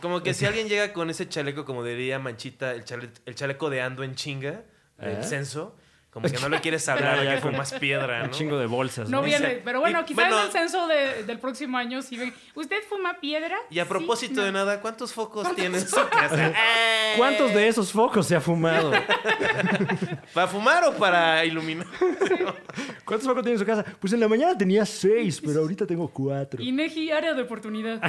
Como que si alguien llega con ese chaleco, como diría Manchita, el, chale- el chaleco de ando en chinga, el ¿Eh? censo, como que no le quieres hablar de Ya, que ya, con- fumas piedra, Un Ah, ¿no? chingo de bolsas. No ¿no? viene, Pues Dice- pero bueno, y- quizás bueno- en el censo de- del próximo año si ven. ¿Usted fuma piedra? Y a Sí, propósito no. de nada, ¿cuántos focos tiene en su casa? ¿Cuántos de esos focos se ha fumado? ¿Para fumar o para iluminar? ¿Cuántos focos tiene en su casa? Pues en la mañana tenía seis, pero ahorita tengo cuatro. INEGI, área de oportunidad.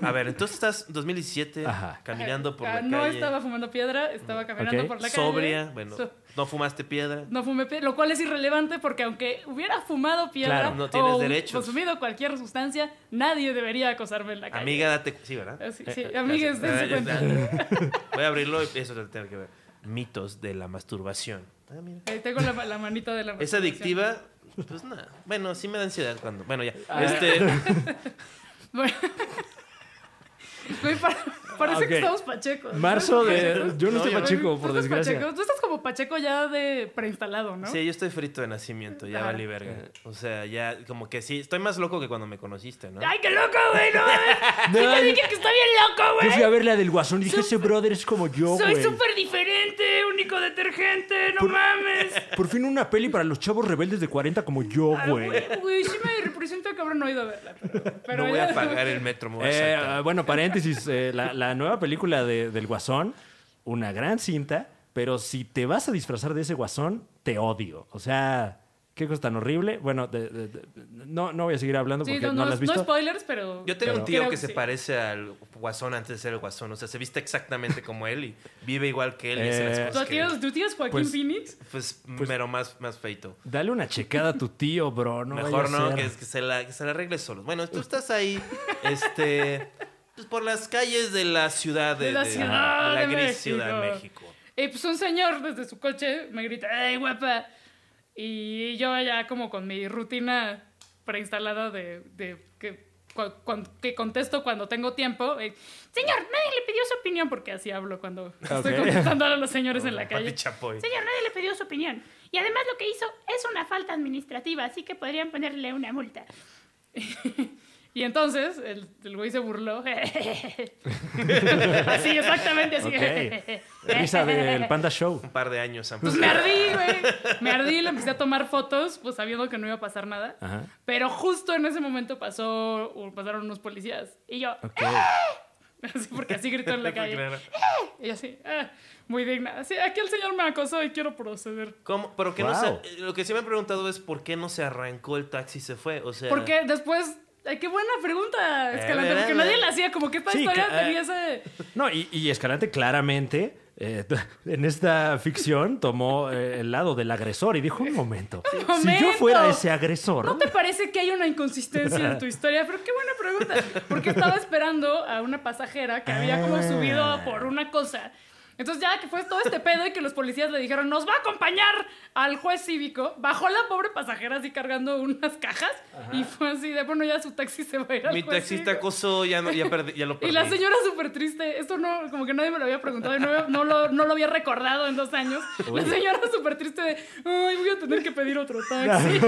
A ver, entonces estás 2017 Ajá. caminando por Ah, la no calle. estaba fumando piedra, estaba caminando Ok. por la calle. Sobria, bueno, So- No fumaste piedra. No fumé piedra, lo cual es irrelevante porque aunque hubiera fumado piedra Claro, no tienes o derechos. consumido cualquier sustancia, nadie debería acosarme en la calle. Amiga, date. Sí, ¿verdad? Así- Eh, sí, amigues, Gracias. dense cuenta. Voy a abrirlo y eso lo tengo que ver. Mitos de la masturbación. Ah, mira. Ahí tengo la, la manita de la ¿Es masturbación. adictiva? Pues nada. Bueno, sí me da ansiedad cuando. Bueno, ya. Ah. Este, Bueno. Güey, pa- parece Ok. que estamos pachecos. ¿no? Marzo de. Yo No, no estoy ya- pacheco, Tú por estás desgracia. pacheco, Tú estás como pacheco ya de preinstalado, ¿no? Sí, yo estoy frito de nacimiento, ya Ajá. valí verga. O sea, ya como que sí, estoy más loco que cuando me conociste, ¿no? ¡Ay, qué loco, güey! ¡No mames! No, Sí te yo- dije que está bien loco, Yo güey! fui a ver la del Guasón y dije, ese brother es como yo, Soy güey. súper diferente, único detergente, no mames. Por fin una peli para los chavos rebeldes de 40 como yo, Ah, güey. Güey, güey, sí me representa, cabrón, no he ido a verla. Pero, pero no voy a ya- pagar el metro, me voy a Eh, saltar. bueno, paréntesis, eh, la, la nueva película de- del Guasón, una gran cinta, pero si te vas a disfrazar de ese Guasón, te odio. O sea, qué cosa tan horrible. Bueno, de- de- de- no, no voy a seguir hablando Sí, porque no, no, no, la has visto. no spoilers, pero. Yo tengo pero un tío creo que se sí. parece al guasón antes de ser el guasón. O sea, se viste exactamente como él y vive igual que él. y hace las Eh, cosas ¿Tú que- tienes, ¿Tú tienes Joaquín Pues- Phoenix? Pues, Pues- pero más, más feito. Dale una checada a tu tío, bro. No Mejor vaya a no, que, ser. que se la, que se la arregle solo. Bueno, tú estás ahí, este, pues por las calles de la ciudad de, De la de- Ciudad la de gris México. ciudad de México. Y pues un señor desde su coche me grita, ¡ay, guapa! Y yo ya como con mi rutina preinstalada de, de que, cu- cuan- que contesto cuando tengo tiempo. eh, señor, nadie le pidió su opinión porque así hablo cuando estoy Ok. contestando a los señores en la Pati calle. Chapoy. Señor, nadie le pidió su opinión. Y además lo que hizo es una falta administrativa, así que podrían ponerle una multa. Y entonces el, el güey se burló. así, exactamente así. Ok. Risa del Panda Show. Un par de años. han Pues me ardí, güey. Me ardí, le empecé a tomar fotos, pues sabiendo que no iba a pasar nada. Ajá. Pero justo en ese momento pasó, o pasaron unos policías. Y yo, Ok. así, porque así gritó en la calle. Claro. Y yo así, ah, muy digna. Así, aquí el señor me acosó y quiero proceder. ¿Cómo? Pero que no Wow. se- eh, lo que sí me han preguntado es por qué no se arrancó el taxi y se fue. O sea, Porque después, ay, qué buena pregunta, Escalante, ¿verdad, porque verdad? nadie la hacía. Como que esta Sí, historia que, eh, tenía ese... No, y, y Escalante claramente eh, en esta ficción tomó eh, el lado del agresor y dijo, un momento, si yo momento. fuera ese agresor... ¿No te parece que hay una inconsistencia en tu historia? Pero qué buena pregunta. Porque estaba esperando a una pasajera que había como Ah. subido por una cosa. Entonces ya que fue todo este pedo y que los policías le dijeron, nos va a acompañar al juez cívico, bajó la pobre pasajera así cargando unas cajas y fue así de, bueno, ya su taxi se va a ir al mi juez taxista cívico". acosó, ya, no- ya, perdí- ya lo Y perdí. la señora súper triste, esto no, como que nadie me lo había preguntado y no, no lo, no lo había recordado en dos años. La señora súper triste de, ay, voy a tener que pedir otro taxi.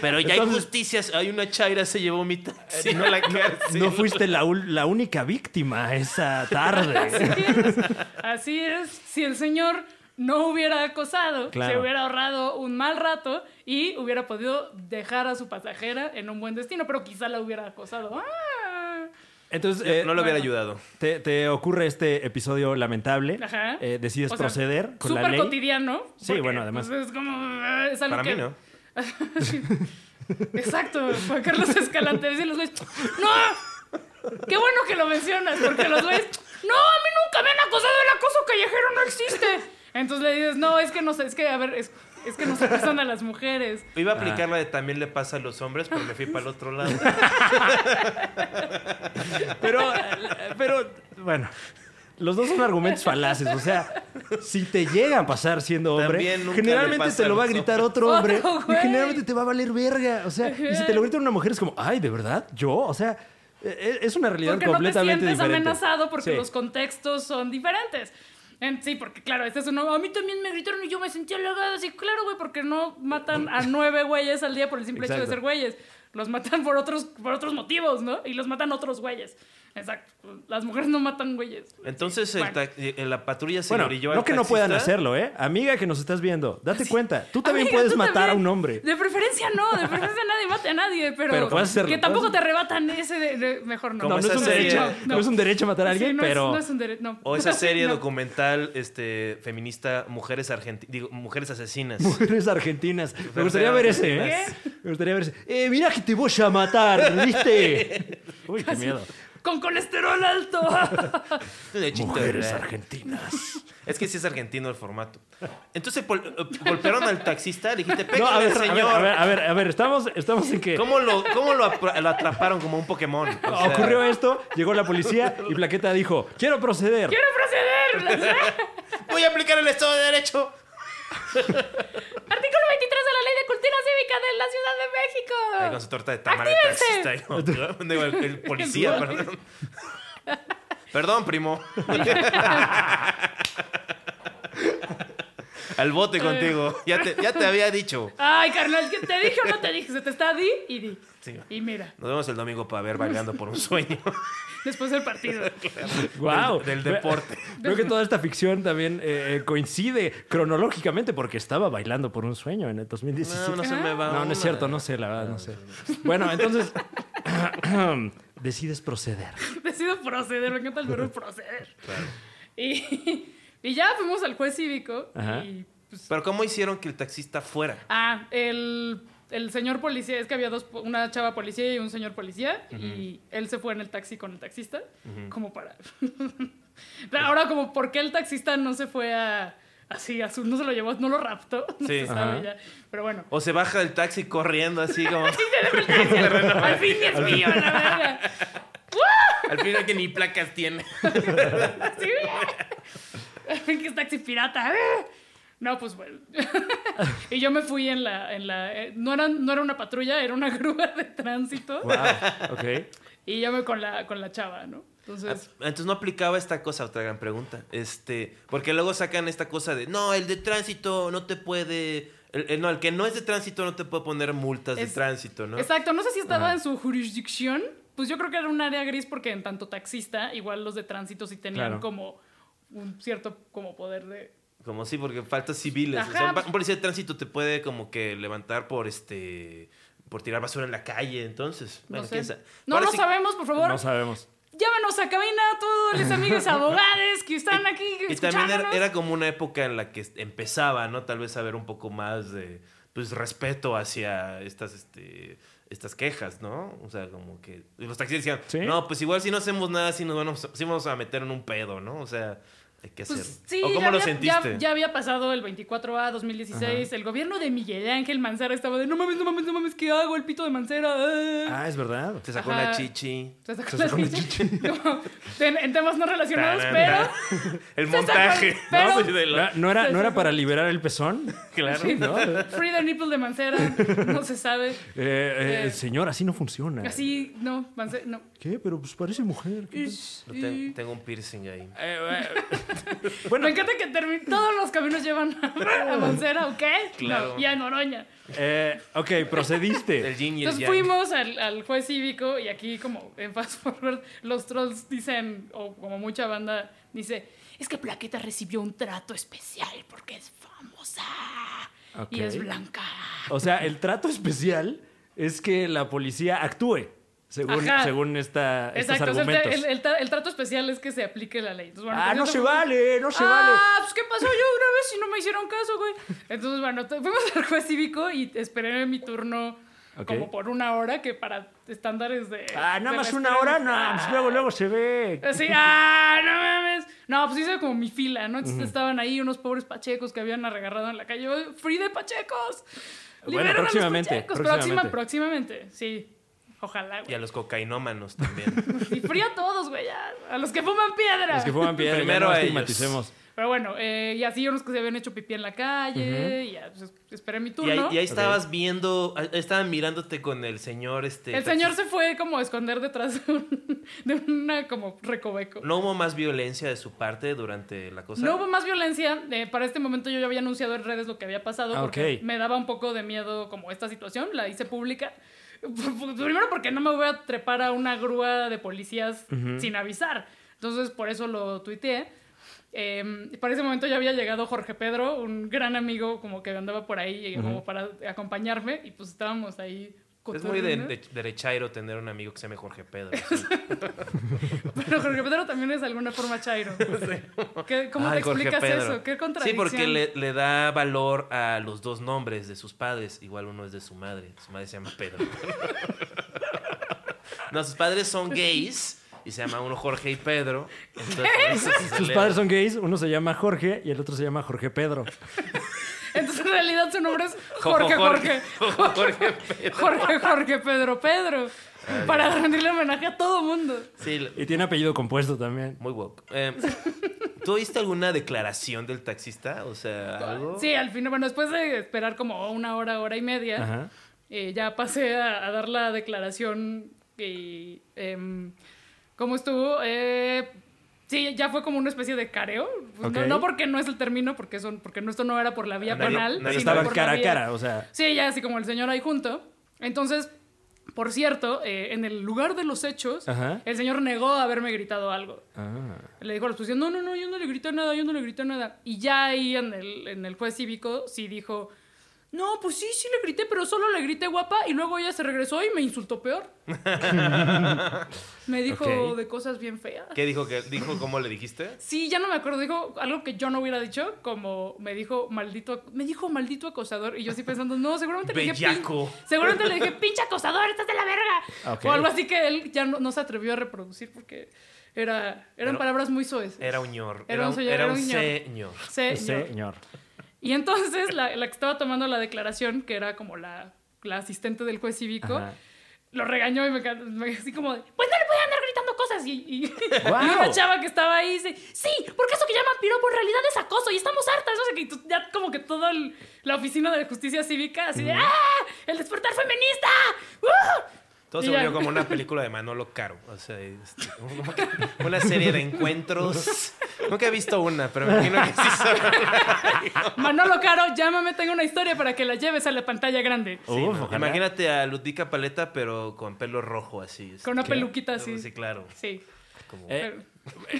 Pero ya hay Entonces- Eh, justicias. Hay una chaira, se llevó mi taxi no, a la cárcel. No fuiste la, ul- la única víctima esa tarde. Así es. Así es. Si el señor no hubiera acosado, se Claro. hubiera ahorrado un mal rato y hubiera podido dejar a su pasajera en un buen destino, pero quizá la hubiera acosado. ¡Ah! Entonces, eh, No le hubiera Bueno. ayudado. te, te ocurre este episodio lamentable, Ajá. eh, decides O sea, proceder con la súper ley. cotidiano. Sí, bueno, además. pues, es como. Es algo Para que- mí no. Exacto, Juan Carlos Escalante. Dicen los güeyes, ¡No! Qué bueno que lo mencionas, porque los güeyes, ¡No! A mí nunca me han acosado, el acoso callejero no existe. Entonces le dices, no, es que no sé, es que, a ver, es, es que nos acosan a las mujeres. Iba a aplicar la de también le pasa a los hombres, pero me fui para el otro lado. Pero, eh, pero, bueno, los dos son argumentos falaces. O sea, si te llega a pasar siendo hombre, También nunca le generalmente pasa te lo va a a los gritar otro hombre Otro y güey. generalmente te va a valer verga. O sea, y si te lo grita una mujer es como, ay, ¿de verdad? ¿Yo? O sea, eh, es una realidad Porque no te sientes completamente diferente. amenazado porque Sí. los contextos son diferentes. En- Sí, porque claro, este es uno. A mí también me gritaron y yo me sentí halagada. Sí, claro, güey, porque no matan a nueve güeyes al día por el simple hecho de Exacto. ser güeyes. Los matan por otros, por otros motivos, ¿no? Y los matan otros güeyes. Exacto. Las mujeres no matan güeyes. Entonces el Bueno. tax- eh, la patrulla se Bueno, orilló al no que no puedan taxista. hacerlo, ¿eh? Amiga que nos estás viendo, date cuenta. Tú también Amiga, puedes tú matar a también. un hombre. De preferencia no, de preferencia nadie mate a nadie, pero, Pero puedes hacerlo, que tampoco puedes- te arrebatan ese de- de- mejor no. Como No, no esa es, un serie- derecho, no es un derecho matar a alguien, Sí, no es- pero... no es un dere- no. O esa serie No. documental este, feminista Mujeres Argenti- digo, Mujeres Asesinas. Mujeres argentinas. Me gustaría ver ese, ¿eh? Me gustaría ver ese. Eh, mirá que te voy a matar, ¿viste? Uy, qué miedo. con colesterol alto. De hecho, Mujeres ¿verdad? argentinas. Es que sí es argentino el formato. Entonces pol- eh, golpearon al taxista, le dijiste, No, pégale a ver, al a ver, señor. a ver, a ver, a ver, estamos, estamos en que ¿Cómo, lo, cómo lo, apra- lo atraparon como un Pokémon? O sea, ocurrió esto, llegó la policía y Plaqueta dijo, quiero proceder. Quiero proceder. Voy a aplicar el Estado de Derecho. Artículo 23 de la Ley de Cultura Cívica de la Ciudad de México. Ahí con su torta de tamar el ¡Actívense! taxista. ahí como- Digo, el, el policía, perdón. Perdón, primo. Al bote contigo. Ya te, ya te había dicho. Ay, carnal, ¿qué te dije o no te dije? Se te está di y di. Sí. Y mira, Nos vemos el domingo para ver bailando por un sueño después del partido. Guau. del deporte. Creo que toda esta ficción también eh, coincide cronológicamente porque estaba bailando por un sueño en el 2017. No, no se me va No, no una. es cierto, no sé, la verdad, no sé. Bueno, entonces decides proceder. Decido proceder, me encanta el verbo proceder. Y, y ya fuimos al juez cívico Ajá. y pues, Pero ¿cómo hicieron que el taxista fuera? Ah, el, el señor policía, es que había dos, po- una chava policía y un señor policía, y él se fue en el taxi con el taxista, como para... Ahora, como, ¿por qué el taxista no se fue a... Así, a su, no se lo llevó, no lo raptó, no Sí. se sabe Ajá. ya. Pero bueno, O se baja del taxi corriendo así como... al fin ya es mío, la verga. Al final que ni placas tiene. Sí. Al fin que es taxi pirata. No, pues bueno. Y yo me fui en la... En la eh, no, era, no era una patrulla, era una grúa de tránsito. Wow, ok. Y yo me con la, con la chava, ¿no? Entonces... Entonces no aplicaba esta cosa, otra gran pregunta. Este, porque luego sacan esta cosa de, no, el de tránsito no te puede... el- el- no, el que no es de tránsito no te puede poner multas de Es- tránsito, ¿no? Exacto, no sé si estaba en su jurisdicción. Pues yo creo que era un área gris porque en tanto taxista, igual los de tránsito sí tenían Claro. como un cierto como poder de... Como sí, porque faltas civiles. O sea, Ajá. un pa- un policía de tránsito te puede como que levantar por este... Por tirar basura en la calle, entonces. No, Bueno, sé. quién sabe. no Ahora lo sí- sabemos, por favor. No sabemos. Llámenos a cabina a todos los amigos abogados que están aquí Y también era, escuchándonos. era como una época en la que empezaba, ¿no? Tal vez a ver un poco más de pues respeto hacia estas este estas quejas, ¿no? O sea, como que y los taxistas decían, Sí. no, pues igual si no hacemos nada, si nos vamos, sí vamos a meter en un pedo, ¿no? O sea, hay que hacer. Pues sí, ¿O ya, cómo lo había, sentiste? ya- ya había pasado el 24A 2016. El gobierno de Miguel Ángel Mancera estaba de no mames, no mames, no mames, ¿qué hago? El pito de Mancera. ah". Ah, es verdad. Se sacó Ajá. la chichi. Se sacó la chichi. No, en, en temas no relacionados, Tarán, pero. tarán. El Se sacó- montaje. pero- ¿no? Pues, De No, la- no era, Sí, no sí, era sí. para liberar el pezón. Claro. ¿no? Eh, Free the nipple de Mancera, no se sabe. eh, Eh, señor, así no funciona. Así, no, Mancera, no. ¿Qué? Pero pues parece mujer. ¿qué Eh, pasa? Ish, Yo te- y- Tengo un piercing ahí. eh, Me encanta que termine. Todos los caminos llevan a, a Mancera, ¿ok? Claro. No, y a Noroña. Eh, ok, El procediste. yin y el Entonces yang. fuimos al, al juez cívico y aquí como en Fast Forward los trolls dicen, o como mucha banda dice, es que Plaqueta recibió un trato especial porque es famosa y Ok. es blanca. O sea, el trato especial es que la policía actúe según, Ajá. según esta, estos Exacto, o sea, el, argumentos. el- el tra- el trato especial es que se aplique la ley. Entonces, bueno, ah, pues, no eso se fue- vale, no se vale. Ah, pues qué pasó yo una vez y no me hicieron caso, güey. Entonces, bueno, te- fuimos al juez cívico y esperé mi turno Ok. como por una hora, que para estándares de. Ah, nada de más la una espera- hora, no, pues luego, luego se ve. Así, ah, no mames. No, pues hice como mi fila, ¿no? Entonces estaban ahí unos pobres pachecos que habían agarrado en la calle. Yo, ¡Free de pachecos! Bueno, ¡Liberen a los próximamente, pachecos! próximamente. Próxima, próximamente, sí. Y Ojalá, a güey. los cocainómanos también. Y free a todos, güey. ya. A los que fuman piedra. Los que fuman piedra, Primero Primero no a ellos. estigmaticemos. Pero bueno, eh, y así unos que se habían hecho pipí en la calle. Y ya, pues, es- esperé Y mi ahí, turno. y ahí estabas viendo, ahí estaban mirándote con el señor este. El señor se fue como a esconder detrás de, un- de una como recoveco. No hubo más violencia de su parte durante la cosa. no hubo más violencia. eh, para este momento yo ya había anunciado en redes lo que había pasado Ah, porque ok. me daba un poco de miedo como esta situación. La hice pública. Primero porque no me voy a trepar a una grúa de policías sin avisar. Entonces por eso lo tuiteé. Eh, para ese momento ya había llegado Jorge Pedro, un gran amigo como que andaba por ahí eh, como para acompañarme y pues estábamos ahí. es muy de, cotorreando. de- derechairo tener un amigo que se llame Jorge Pedro. Pero Jorge Pedro también es de alguna forma Chairo. ¿Qué- ¿Cómo te Ay, Jorge explicas Pedro. eso? ¿Qué Sí, contradicción? porque le, le da valor a los dos nombres de sus padres. Igual uno es de su madre. Su madre se llama Pedro. no, sus padres son gays. y se llama uno Jorge y Pedro. Entonces, por eso se Sus celebra. padres son gays, uno se llama Jorge y el otro se llama Jorge Pedro. Entonces en realidad su nombre es Jo- Jorge Jorge. Jorge. Jorge Pedro. Jorge Jorge Pedro Pedro. Para rendirle homenaje a todo mundo. Sí, Y tiene apellido compuesto también. muy woke. Eh, ¿Tú oíste alguna declaración del taxista? O sea, algo. Sí, al final, bueno, después de esperar como una hora, hora y media, Ajá. eh, ya pasé a, a dar la declaración y em, cómo estuvo. Eh, sí, ya fue como una especie de careo. Pues no- Ok. no, porque no es el término, porque, son, porque no- esto no era por la vía Nadie- penal. nadie sino estaba Estaban por la cara a vía- cara, o sea. Sí, ya así como el señor ahí junto. Entonces, por cierto, eh, en el lugar de los hechos, Ajá. el señor negó haberme gritado algo. Ah. Le dijo a la policía, no, no, no, yo no le grité nada, yo no le grité nada. Y ya ahí en el, en el juez cívico sí dijo, no, pues sí, sí le grité, pero solo le grité guapa y luego ella se regresó y me insultó peor. me dijo Ok. de cosas bien feas. ¿Qué dijo? que ¿Dijo cómo le dijiste? Sí, ya no me acuerdo, dijo algo que yo no hubiera dicho, como me dijo maldito, me dijo maldito acosador y yo así pensando, no, seguramente le dije, pin- Bellaco. seguramente le dije, pinche acosador, estás de la verga. Ok. O algo así que él ya no, no se atrevió a reproducir porque era, eran Pero- palabras muy soeces. Era un ñor. Era un señor, Era era un un ñor. señor. Señor. Señor. Y entonces la, la que estaba tomando la declaración, que era como la, la asistente del juez cívico, Ajá. lo regañó y me, ca- me- así como de, pues no le podía andar gritando cosas. Y, y- ¡Guau! y una chava que estaba ahí dice, sí, porque eso que llaman piropo en realidad es acoso y estamos hartas. No sé qué, y tú- ya como que toda el- la oficina de justicia cívica así de, ¡ah! ¡El despertar feminista! ¡Uh!". Todo se Y ya. volvió como una película de Manolo Caro. O sea, este, como que una serie de encuentros. Nunca he visto una, pero me imagino que sí son. Manolo Caro, llámame, tengo una historia para que la lleves a la pantalla grande. Uf, ojalá. Imagínate a Ludica Paleta, pero con pelo rojo así. este, Con una que- peluquita así. Sí, claro. Sí. Como- Eh,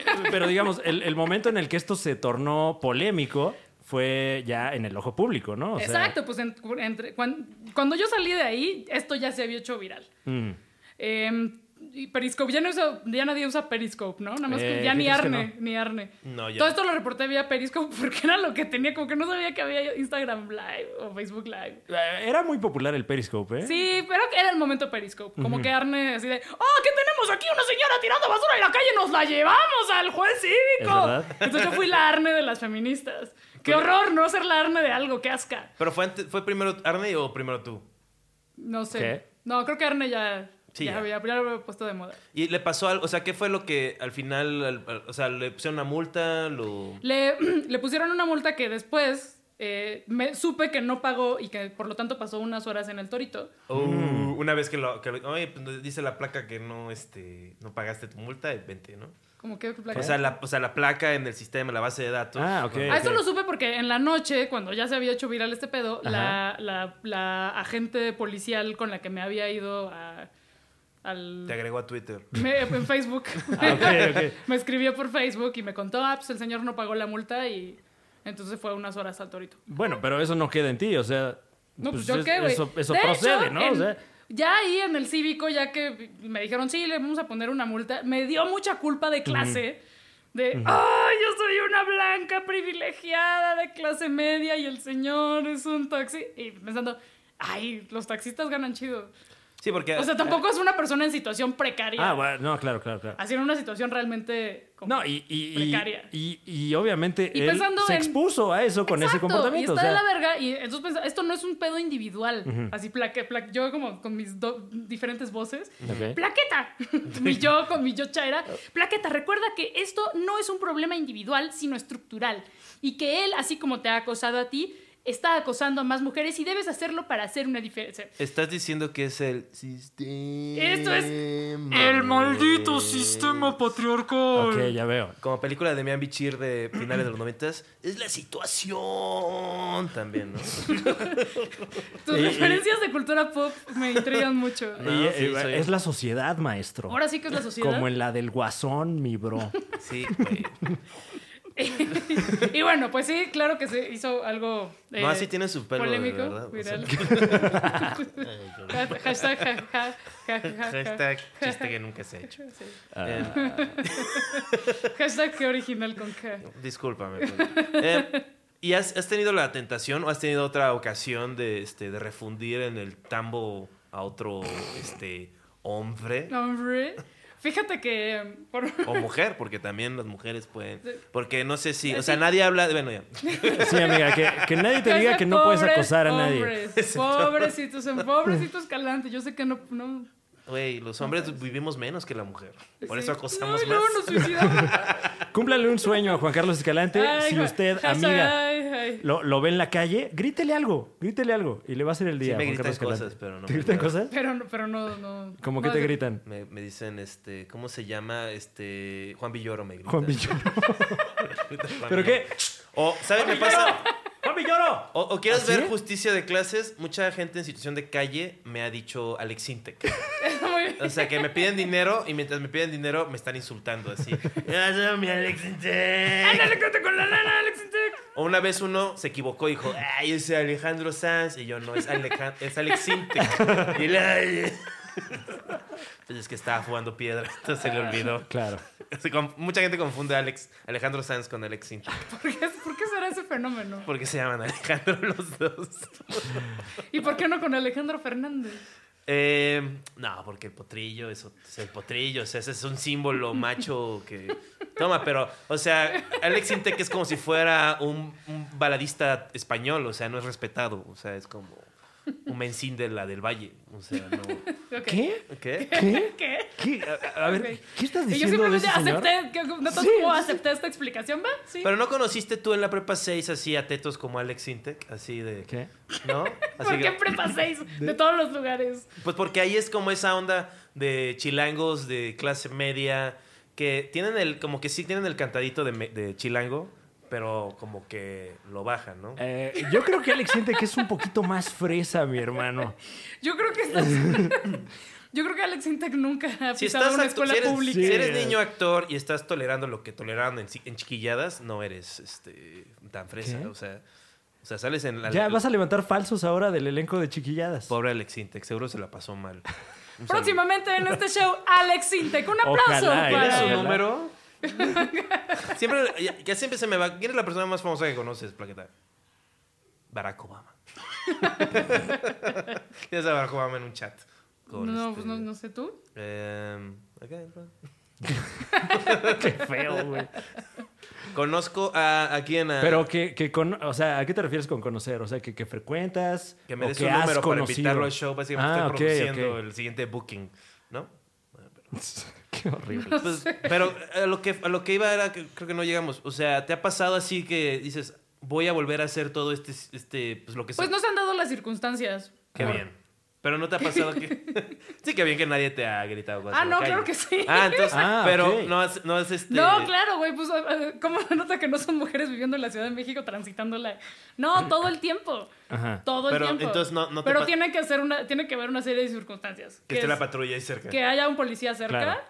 Pero- Pero digamos, el, el momento en el que esto se tornó polémico fue ya en el ojo público, ¿no? O sea, Exacto, pues en- entre- cuan- cuando yo salí de ahí, esto ya se había hecho viral. mm, Eh, y Periscope, ya, no usa- ya nadie usa Periscope, ¿no? Nada más que Eh, ya ¿qué ni crees que Arne, ni Arne. No, ya. Todo esto lo reporté vía Periscope porque era lo que tenía, como que no sabía que había Instagram Live o Facebook Live. eh, Era muy popular el Periscope, ¿eh? Sí, pero era el momento Periscope. Como que Arne así de, ¡Oh, que tenemos aquí una señora tirando basura en la calle! ¡Nos la llevamos al juez Es cívico! verdad. Entonces yo fui la Arne de las feministas. ¡Qué horror no ser la Arne de algo! ¡Qué asca! Pero fue, antes- fue primero Arne o primero tú. No sé. ¿Qué? No, creo que Arne ya, Sí, ya, ya. Había, ya lo había puesto de moda. Y le pasó algo, o sea, ¿qué fue lo que al final, al- al- o sea, le pusieron una multa, lo... Le, le pusieron una multa que después eh, me supe que no pagó y que por lo tanto pasó unas horas en el torito. o Mm. Una vez que lo, que lo- oye, pues, dice la placa que no, este, no pagaste tu multa, y vente, ¿no? Como que O sea, la, o sea, la placa en el sistema, la base de datos. Ah, ok. A eso lo supe porque en la noche, cuando ya se había hecho viral este pedo, la, la- la agente policial con la que me había ido a- al... Te agregó a Twitter. me- en Facebook. Ah, ok, ok. me escribió por Facebook y me contó, ah, pues el señor no pagó la multa y entonces fue unas horas al torito. Bueno, pero eso no queda en ti, o sea. No, es- pues, yo qué, güey. Eso, eso De procede, hecho, ¿no? en- O sea, Ya ahí en el cívico, ya que me dijeron, sí, le vamos a poner una multa, me dio mucha culpa de clase. De, ¡ay, yo soy una blanca privilegiada de clase media y el señor es un taxi! Y pensando, ¡ay, los taxistas ganan chido! Sí, porque... O sea, tampoco es una persona en situación precaria. ah, bueno, no, claro, claro, claro. Así en una situación realmente como No, y, y, y, precaria. y, y obviamente Y él pensando se en- expuso a eso con ese Exacto, comportamiento. Y o sea, está de la verga. Y entonces pensa, esto no es un pedo individual. Así, plaque, plaque, yo como con mis do- diferentes voces. Ok. Plaqueta. mi yo con mi yo chaira. Plaqueta, recuerda que esto no es un problema individual, sino estructural. Y que él, así como te ha acosado a ti, está acosando a más mujeres y debes hacerlo para hacer una diferencia. Estás diciendo que es el sistema. Esto es el maldito sistema patriarcal. Ok, ya veo. Como película de Mian Bichir de finales de los noventas, es la situación también, ¿no? Tus Y- y- referencias de cultura pop me intrigan mucho. No, Y, sí, eh, soy- es la sociedad, maestro. Ahora sí que es la sociedad. Como en la del guasón, mi bro. Sí, güey. y bueno, pues sí, claro que se hizo algo. No, eh, así tiene su pelo, de verdad. polémico, O sea, viral. Hashtag, ja, ja, ja, ja, ja. hashtag chiste que nunca se ha hecho. Sí. Eh, Hashtag qué original con K. discúlpame. pues. Eh, ¿Y has, has tenido la tentación o has tenido otra ocasión de, este, de refundir en el tambo a otro este, hombre? Hombre. Fíjate que em, por O mujer, porque también las mujeres pueden. Sí. Porque no sé si. Eh, O sea, sí. nadie habla. de- Bueno, ya. Sí, amiga, que, que nadie te Casa diga que no puedes pobres acosar a nadie. hombres, Pobrecitos, en pobrecito escalante. Yo sé que no. no Güey, los hombres vivimos menos que la mujer. Por sí. eso acosamos Ay, más. luego nos suicidamos. Cúmplale un sueño a Juan Carlos Escalante. Ay, si güey. usted, Hashtag, amiga, ay, ay. lo, lo ve en la calle, grítele algo, grítele algo. Y le va a hacer el Sí día. a me Juan gritan Carlos Escalante. cosas, pero no ¿Te me gritan acuerdo. cosas? Pero, no- pero no, no. ¿Cómo que no, te es- gritan? Me, me dicen, este, ¿cómo se llama? Este, Juan Villoro me grita. Juan Villoro. Grita Juan ¿Pero qué? Villoro. O, ¿sabes qué pasa? ¡Juan Villoro! O, o quieres ¿Así ver es? justicia de clases, mucha gente en situación de calle me ha dicho Alex Intec. Muy bien. O sea, que me piden dinero y mientras me piden dinero me están insultando así. "Ah, no, mi Alex Intec. Ándale, cuenta con la lana, Alex Intec. O una vez uno se equivocó y dijo, ay, es Alejandro Sanz. Y yo, no, es, Alejan- es Alex Intec. Y él, "Ay". Pues es que estaba jugando piedra, entonces se le olvidó. Claro. Se conf- mucha gente confunde a Alex, Alejandro Sanz con Alex Intec. ¿Por qué, por qué será ese fenómeno? Porque se llaman Alejandro los dos. ¿Y por qué no con Alejandro Fernández? Eh, no, porque el potrillo es, o- es el potrillo, o sea, ese es un símbolo macho que... Toma, pero, o sea, Alex Intec es como si fuera un, un baladista español, o sea, no es respetado, o sea, es como un mencín de la del Valle, o sea, no... Ok. ¿Qué? ¿Qué? ¿Qué? ¿Qué? ¿Qué? A, a ver, Ok. ¿qué estás Y yo diciendo de simplemente ese señor? acepté, que- no tanto Sí, como sí. acepté esta explicación, ¿va? Sí. Pero no conociste tú en la prepa 6 así a tetos como Alex Intec, así de... ¿Qué? ¿No? Así ¿Por qué que, en prepa seis? De todos los lugares. Pues porque ahí es como esa onda de chilangos de clase media que tienen el, como que sí tienen el cantadito de, me- de chilango, pero como que lo bajan, ¿no? Eh, yo creo que Alex siente que es un poquito más fresa, mi hermano. Yo creo que estás... Yo creo que Alex Intec nunca ha pisado Si estás una actu- escuela si eres, pública. si eres niño actor y estás tolerando lo que toleraron en, chi- en chiquilladas, no eres este tan fresa, ¿Qué? o sea, o sea, sales en la Ya vas a levantar falsos ahora del elenco de chiquilladas. pobre Alex Intec, seguro se la pasó mal. Un saludo. Próximamente en este show, Alex Intec. Un aplauso Ojalá, ¿eh? ¿Tienes para su él. Ojalá. número? siempre, ya, ya siempre se me va. ¿Quién es la persona más famosa que conoces, Plaqueta? Barack Obama. Tienes a Barack Obama en un chat. con No, este, pues no, no sé tú. em, ok, pues. Qué feo, güey. Conozco a, a quién. A, Pero que, que con, o sea, ¿a qué te refieres con conocer? O sea, que, que frecuentas. que me o des que un has número para conocido. invitarlo al show. Básicamente Ah, estoy ok, produciendo ok. el siguiente booking, ¿no? Qué horrible. Pues, pero a lo, que, a lo que iba era que creo que no llegamos. O sea, ¿te ha pasado así que dices, voy a volver a hacer todo este, este pues lo que Pues se- no se han dado las circunstancias. Qué bien. Pero no te ha pasado que. sí, que bien que nadie te ha gritado cosas. Ah, en la no, calle. claro que sí. Ah, entonces. Ah, pero ok. no, es, no es este. No, claro, güey, pues eh, ¿cómo se nota que no son mujeres viviendo en la Ciudad de México transitándola? No, todo el tiempo. Ajá. Todo el Pero, tiempo. entonces, no- no te Pero pas- tiene que hacer una tiene que haber una serie de circunstancias, Que esté es la patrulla ahí cerca. que haya un policía cerca, Claro.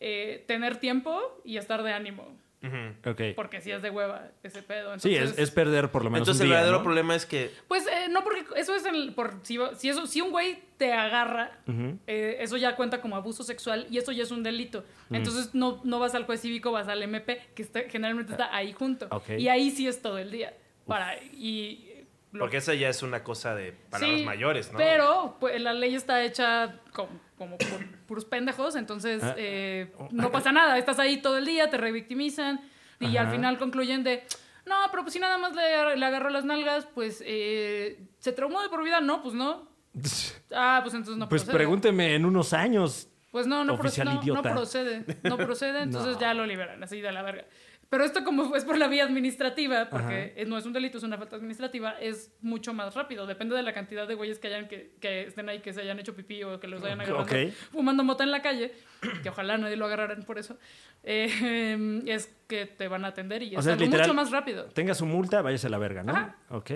eh, tener tiempo y estar de ánimo, Ujú. Ok. porque si es de hueva ese pedo. Sí, Entonces, es, es perder por lo menos. Entonces, un el día, verdadero ¿no? problema es que. Pues eh, no porque eso es el por si, si eso si un güey te agarra Ujú. Eh, eso ya cuenta como abuso sexual y eso ya es un delito. Entonces no, no vas al juez cívico, vas al MP, que está- generalmente está ahí junto. Ok. Y ahí sí es todo el día. Para, y, eh, lo- Porque esa ya es una cosa de palabras Sí, mayores, ¿no? Pero pues, la ley está hecha como, como por puros pendejos, entonces Ah. eh, no pasa nada. Estás ahí todo el día, te revictimizan y al Ajá. final concluyen de... No, pero pues si nada más le, le agarró las nalgas, pues eh, se traumó de por vida. No, pues no. Ah, pues entonces no pues procede. pregúnteme en unos años. Pues no, no, Oficial procede, no, idiota. no procede. No procede, entonces No. ya lo liberan, así de la verga. Pero esto como es por la vía administrativa, porque eh, no es un delito, es una falta administrativa, es mucho más rápido. Depende de la cantidad de güeyes que hayan que, que estén ahí, que se hayan hecho pipí o que los hayan agarrado Ok. fumando mota en la calle, que ojalá nadie lo agarraran por eso. eh, es que te van a atender y O es sea, es algo literal. mucho más rápido. Tenga su multa, váyase a la verga, ¿no? Ajá. Ok.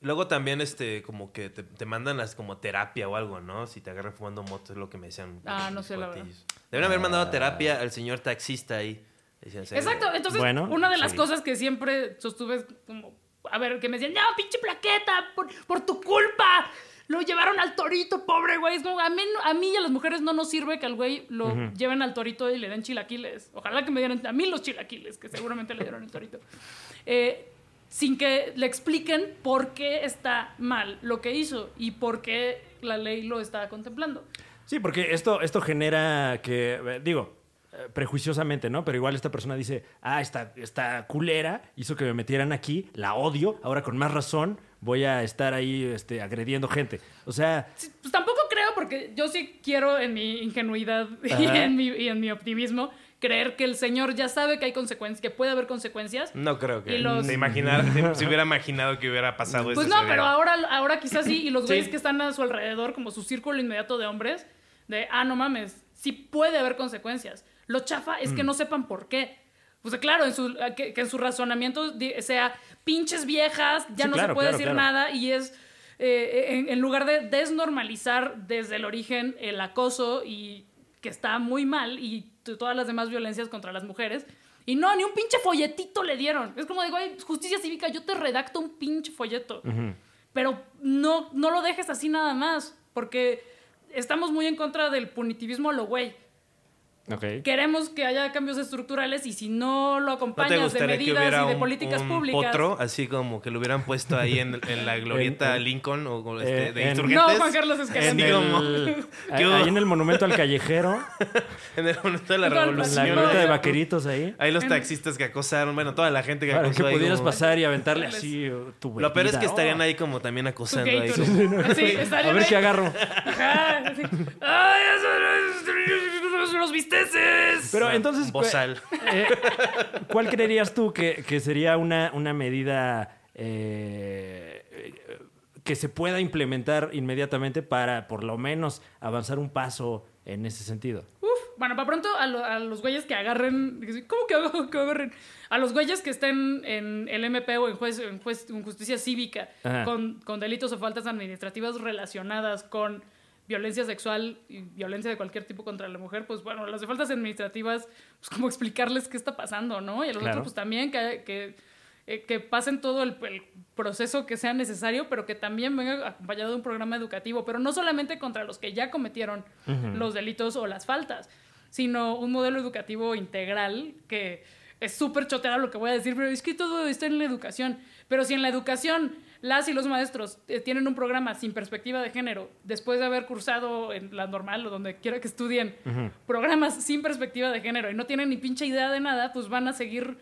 Luego también, este, como que te, te mandan las, como terapia o algo, ¿no? Si te agarran fumando moto, es lo que me decían. Ah, no mis sé, la cuatillos. Deberían haber mandado terapia al señor taxista ahí. Decían, "Señor, Exacto, entonces Bueno, una de las sí. cosas que siempre sostuve es como, a ver, que me decían, no, pinche plaqueta, por, por tu culpa, lo llevaron al torito, pobre güey. Es como, a, mí, no- a mí y a las mujeres no nos sirve que al güey lo lleven al torito y le den chilaquiles. Ojalá que me dieran a mí los chilaquiles, que seguramente le dieron el torito. Eh, sin que le expliquen por qué está mal lo que hizo y por qué la ley lo está contemplando. Sí, porque esto, esto genera que, eh, digo, eh, prejuiciosamente, ¿no? Pero igual esta persona dice, ah, esta, esta culera hizo que me metieran aquí, la odio, ahora con más razón voy a estar ahí este, agrediendo gente. O sea, Sí, pues tampoco creo, porque yo sí quiero en mi ingenuidad y Ajá. en mi, y en mi optimismo creer que el señor ya sabe que hay consecuencias, que puede haber consecuencias. No creo que. Y los- Se, imaginar, se, se hubiera imaginado que hubiera pasado Pues esto, no, se pero hubiera- ahora, ahora quizás sí, y los Sí. güeyes que están a su alrededor, como su círculo inmediato de hombres, de, ah, no mames, sí puede haber consecuencias. Lo chafa es Mm. que no sepan por qué. Pues claro, en su, que, que en su razonamiento di- sea, pinches viejas, ya Sí, no claro, se puede claro, decir claro. nada, y es, eh, en, en lugar de desnormalizar desde el origen el acoso y que está muy mal, y t- todas las demás violencias contra las mujeres, y no, ni un pinche folletito le dieron. Es como digo, justicia cívica, yo te redacto un pinche folleto pero no, no lo dejes así nada más, porque estamos muy en contra del punitivismo a lo güey. ok. Queremos que haya cambios estructurales y si no lo ¿No te acompañas de gustaría que medidas hubiera y de un- políticas un públicas. potro, así como que lo hubieran puesto ahí en, en la glorieta En- en- Lincoln o o este, en- de en- no, insurgentes? Juan Carlos Es En Escalante. que como- el- ¿Qué hubo? ahí en el monumento al callejero, En el momento de la En la la Sí, revolución. gruta no, de no. vaqueritos ahí. Ahí los taxistas que acosaron, bueno, toda la gente que Para que acosó ahí pudieras como- pasar y aventarle así eh, tu eh. Lo peor es bebida. que estarían Oh. ahí como también Su acosando ahí. Gatorade. como- Así, estaría A ver bien. qué agarro. Ajá, así. Ay, eso, los, los bisteces. Pero entonces, Bozal. Eh, ¿Cuál creerías tú que, que sería una, una medida eh, eh, que se pueda implementar inmediatamente para por lo menos avanzar un paso en ese sentido? Uf, bueno, para pronto a, lo- a los güeyes que agarren. ¿Cómo que, hago- que agarren? A los güeyes que estén en el MP o en, juez, en, juez- en justicia cívica Ajá. con, con delitos o faltas administrativas relacionadas con violencia sexual y violencia de cualquier tipo contra la mujer, pues bueno, las de faltas administrativas, pues como explicarles qué está pasando, ¿no? Y a los Claro. otros, pues también que, que, eh, que pasen todo el, el proceso que sea necesario, pero que también venga acompañado de un programa educativo, pero no solamente contra los que ya cometieron los delitos o las faltas, sino un modelo educativo integral que es súper choteado lo que voy a decir, pero es que todo está en la educación. Pero si en la educación las y los maestros eh, tienen un programa sin perspectiva de género, después de haber cursado en la normal o donde quiera que estudien, programas sin perspectiva de género y no tienen ni pinche idea de nada, pues van a seguir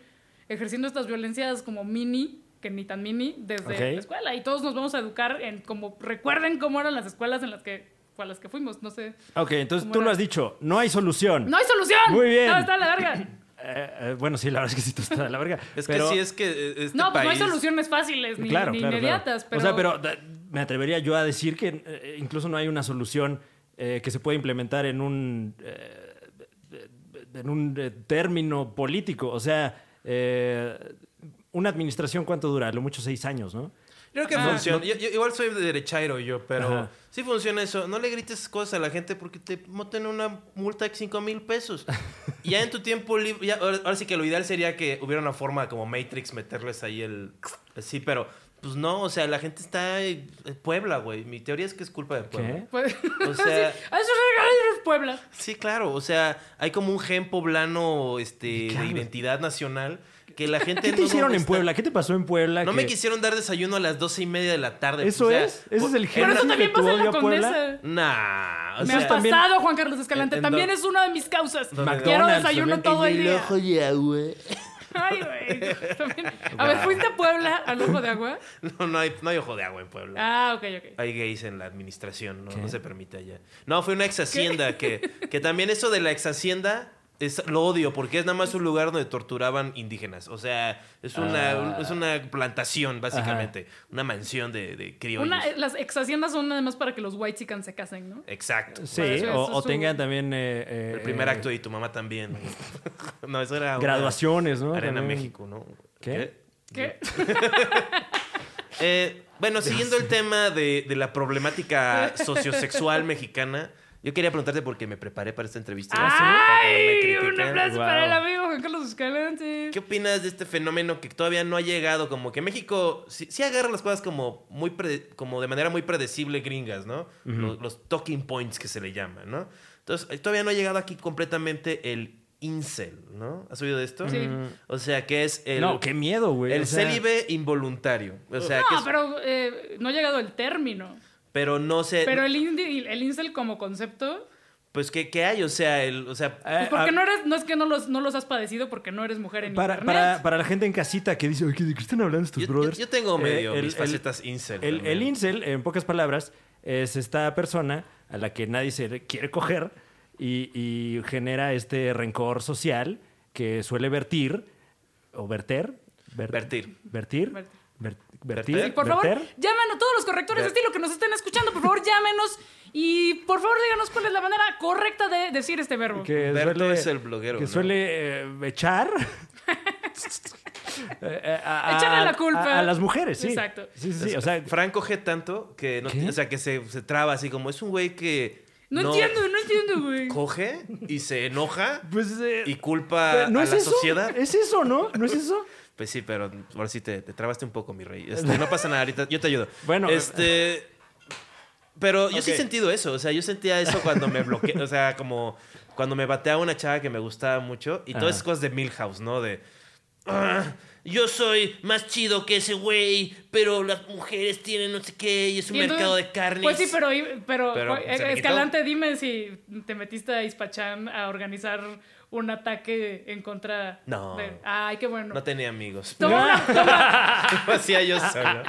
ejerciendo estas violencias como mini, que ni tan mini, desde Ok. la escuela. Y todos nos vamos a educar en como, recuerden cómo eran las escuelas en las que, a las que fuimos, no sé. Ok, entonces ¿Cómo tú era? lo has dicho, no hay solución. ¡No hay solución! Muy bien. Todo está a la verga. Eh, eh, bueno, sí, la verdad es que sí, tú estás de la verga. Es pero- que sí, es que eh, este No, pues no hay país- soluciones fáciles Pues ni, Claro, ni claro, claro. inmediatas, pero... O sea, pero da- me atrevería yo a decir que eh, incluso no hay una solución eh, que se pueda implementar en un, eh, en un eh, término político. O sea, eh, una administración, ¿cuánto dura? A Lo mucho seis años, ¿no? Creo que Ah. funciona. Yo, yo igual soy de derechairo yo, pero Ajá. sí funciona eso. No le grites cosas a la gente porque te moten una multa de 5 mil pesos. Y ya en tu tiempo libre, ya, ahora, ahora sí que lo ideal sería que hubiera una forma como Matrix meterles ahí el... Sí, pero pues no, o sea, la gente está en Puebla, güey. Mi teoría es que es culpa de Puebla. Pues- O sea- Sí, a eso es Puebla. Sí, claro, o sea, hay como un gen poblano este, Claro. de identidad nacional que la gente... ¿Qué te no hicieron en está- Puebla? ¿Qué te pasó en Puebla? No me Ah, que- quisieron dar desayuno a las doce y media de la tarde. ¿Eso o sea, es? ¿Ese por- es el gen? Pero eso ¿Generación también que pasa tú en la odio a Puebla? Condesa. Nah, o Me sea, has pasado, Juan Carlos Escalante. En- en también do- es una de mis causas. McDonald's Quiero desayuno también. todo el día. Ay, güey. También- A ver, ¿fuiste a Puebla al ojo de agua? no, no hay, no hay ojo de agua en Puebla. Ah, ok, ok. Hay gays en la administración, no, ¿Qué? No se permite allá. No, fue una ex hacienda que, que también eso de la ex hacienda es, lo odio porque es nada más un lugar donde torturaban indígenas. O sea, es una, Ah. un- es una plantación, básicamente. Una mansión de, de criollos. Una, eh, las ex haciendas son nada más para que los white se casen, ¿no? Exacto. Sí, Bueno, eso- o, eso o es un- tengan también... eh, eh, El primer eh, acto y tu mamá también. no, eso era. una- Graduaciones, ¿no? Arena También. México, ¿no? ¿Qué? ¿Qué? Eh, bueno, siguiendo el tema de, de la problemática sociosexual mexicana, yo quería preguntarte porque me preparé para esta entrevista. Para que no me ¡Ay! critiquen. Un aplauso Wow. para el amigo Juan Carlos Escalante. ¿Qué opinas de este fenómeno que todavía no ha llegado? Como que México sí, sí agarra las cosas como, muy pre- como de manera muy predecible gringas, ¿no? los, los talking points que se le llaman, ¿no? Entonces, eh, todavía no ha llegado aquí completamente el incel, ¿no? ¿Has oído de esto? Sí. O sea, que es el, no, qué miedo, güey. el o sea, célibe involuntario. O sea, que No, es- pero, pero eh, no ha llegado el término. no se... Pero el, indi- el incel como concepto Pues, ¿qué, qué hay? O sea, el, o sea Eh, Pues porque ah, no eres, no es que no los, no los has padecido porque no eres mujer en para, internet. para, para la gente en casita que dice, "Oye, ¿de qué están hablando estos yo, yo- brothers? yo tengo Eh, medio el- mis el- facetas incel. El, también. el incel, en pocas palabras, es esta persona a la que nadie se le quiere coger y, y genera este rencor social que suele vertir o verter. ver- Vertir. Vertir. Verter. ver- vertir. Sí, por favor, verter. llámenos todos los correctores de Ver- estilo que nos estén escuchando, por favor, llámenos y por favor díganos cuál es la manera correcta de decir este verbo. Que Verto suele, es el bloguero, Que ¿no? suele eh, echar. eh, a- a- Echarle la culpa. A, a las mujeres, sí. Exacto. Sí, sí, sí, O sea, Frank coge tanto que no ¿Qué? tiene- o sea, que se, se traba así como es un güey que No, entiendo, no entiendo, güey. coge y se enoja pues. eh, y culpa ¿No a es la eso? sociedad. ¿Es eso, no? ¿No es eso? Pues sí, pero ahora sí te, te trabaste un poco, mi rey. Este, no pasa nada, ahorita yo te ayudo. Bueno, este. Pero yo sí he Ok. sentido eso. O sea, yo sentía eso cuando me bloqueé. O sea, como cuando me bateaba una chava que me gustaba mucho. Y todas Ajá. esas cosas de Milhouse, ¿no? De. "Ah, yo soy más chido que ese güey, pero las mujeres tienen no sé qué y es un Y entonces- mercado de carnes. Pues sí, pero, pero, Pero pues, eh, se me quitó. Escalante, dime si te metiste a Ispachán a organizar un ataque en contra No. de... Ay, qué bueno. No tenía amigos. Toma una- toma- Lo hacía yo solo.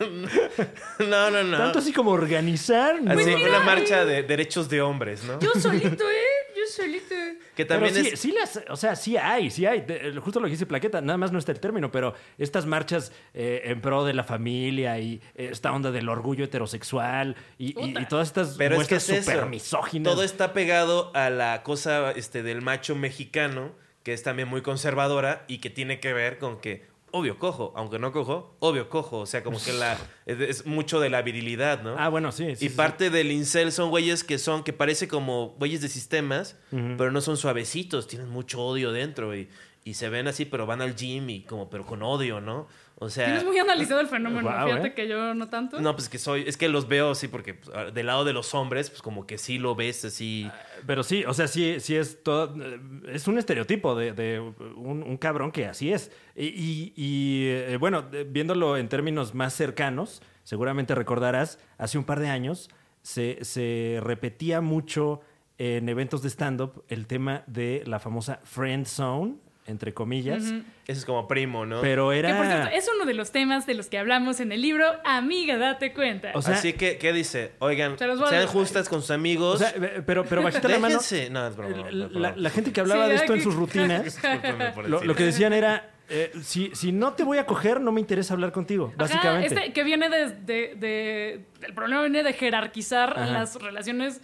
no, no, no. Tanto así como organizar. ¿no? Ah. Así, Pues mira, una marcha de derechos de hombres, ¿no? Yo solito, ¿eh? Yo solito. Que Pero también sí, es. sí las, o sea, sí hay, sí hay. De- eh, Justo lo que dice Plaqueta, nada más no está el término, pero estas marchas eh, en pro de la familia y eh, esta onda del orgullo heterosexual y, y- Puta. y todas estas Pero es que muestras es eso. súper misóginas. Todo está pegado a la cosa este, del macho mexicano, que es también muy conservadora y que tiene que ver con que, obvio, cojo, aunque no cojo, obvio, cojo. O sea, como que la, es, es mucho de la virilidad, ¿no? Ah, bueno, sí. sí, y sí. parte del incel son güeyes que son, que parece como güeyes de sistemas, pero no son suavecitos, tienen mucho odio dentro y, y se ven así, pero van al gym y como, pero con odio, ¿no? O sea. Tienes muy analizado el fenómeno. Guau, Fíjate ¿eh? que yo no tanto. No, pues que soy, es que los veo así porque pues, ah, del lado de los hombres, pues como que sí lo ves así. Ah. Pero sí, o sea, sí, sí es todo. eh, Es un estereotipo de, de un, un cabrón que así es. Y, y- y, eh, bueno, de- viéndolo en términos más cercanos, seguramente recordarás, hace un par de años se, se repetía mucho en eventos de stand-up el tema de la famosa friend zone, entre comillas. Eso es como primo, ¿no? Pero Que era. por cierto, es uno de los temas de los que hablamos en el libro Amiga, date cuenta. o sea- Así que, ¿qué dice? Oigan, Se los voy a sean decir. justas con sus o amigos. sea, eh, pero, pero bajita la mano. Déjense. No, es broma, la- por la- favor. la gente que hablaba Sí, de esto en aquí- sus rutinas. Discúlpenme por Lo, decir. lo que decían era, eh, si, si no te voy a coger, no me interesa hablar contigo, Ajá, básicamente. este que viene de, de- de- El problema viene de jerarquizar Ajá. las relaciones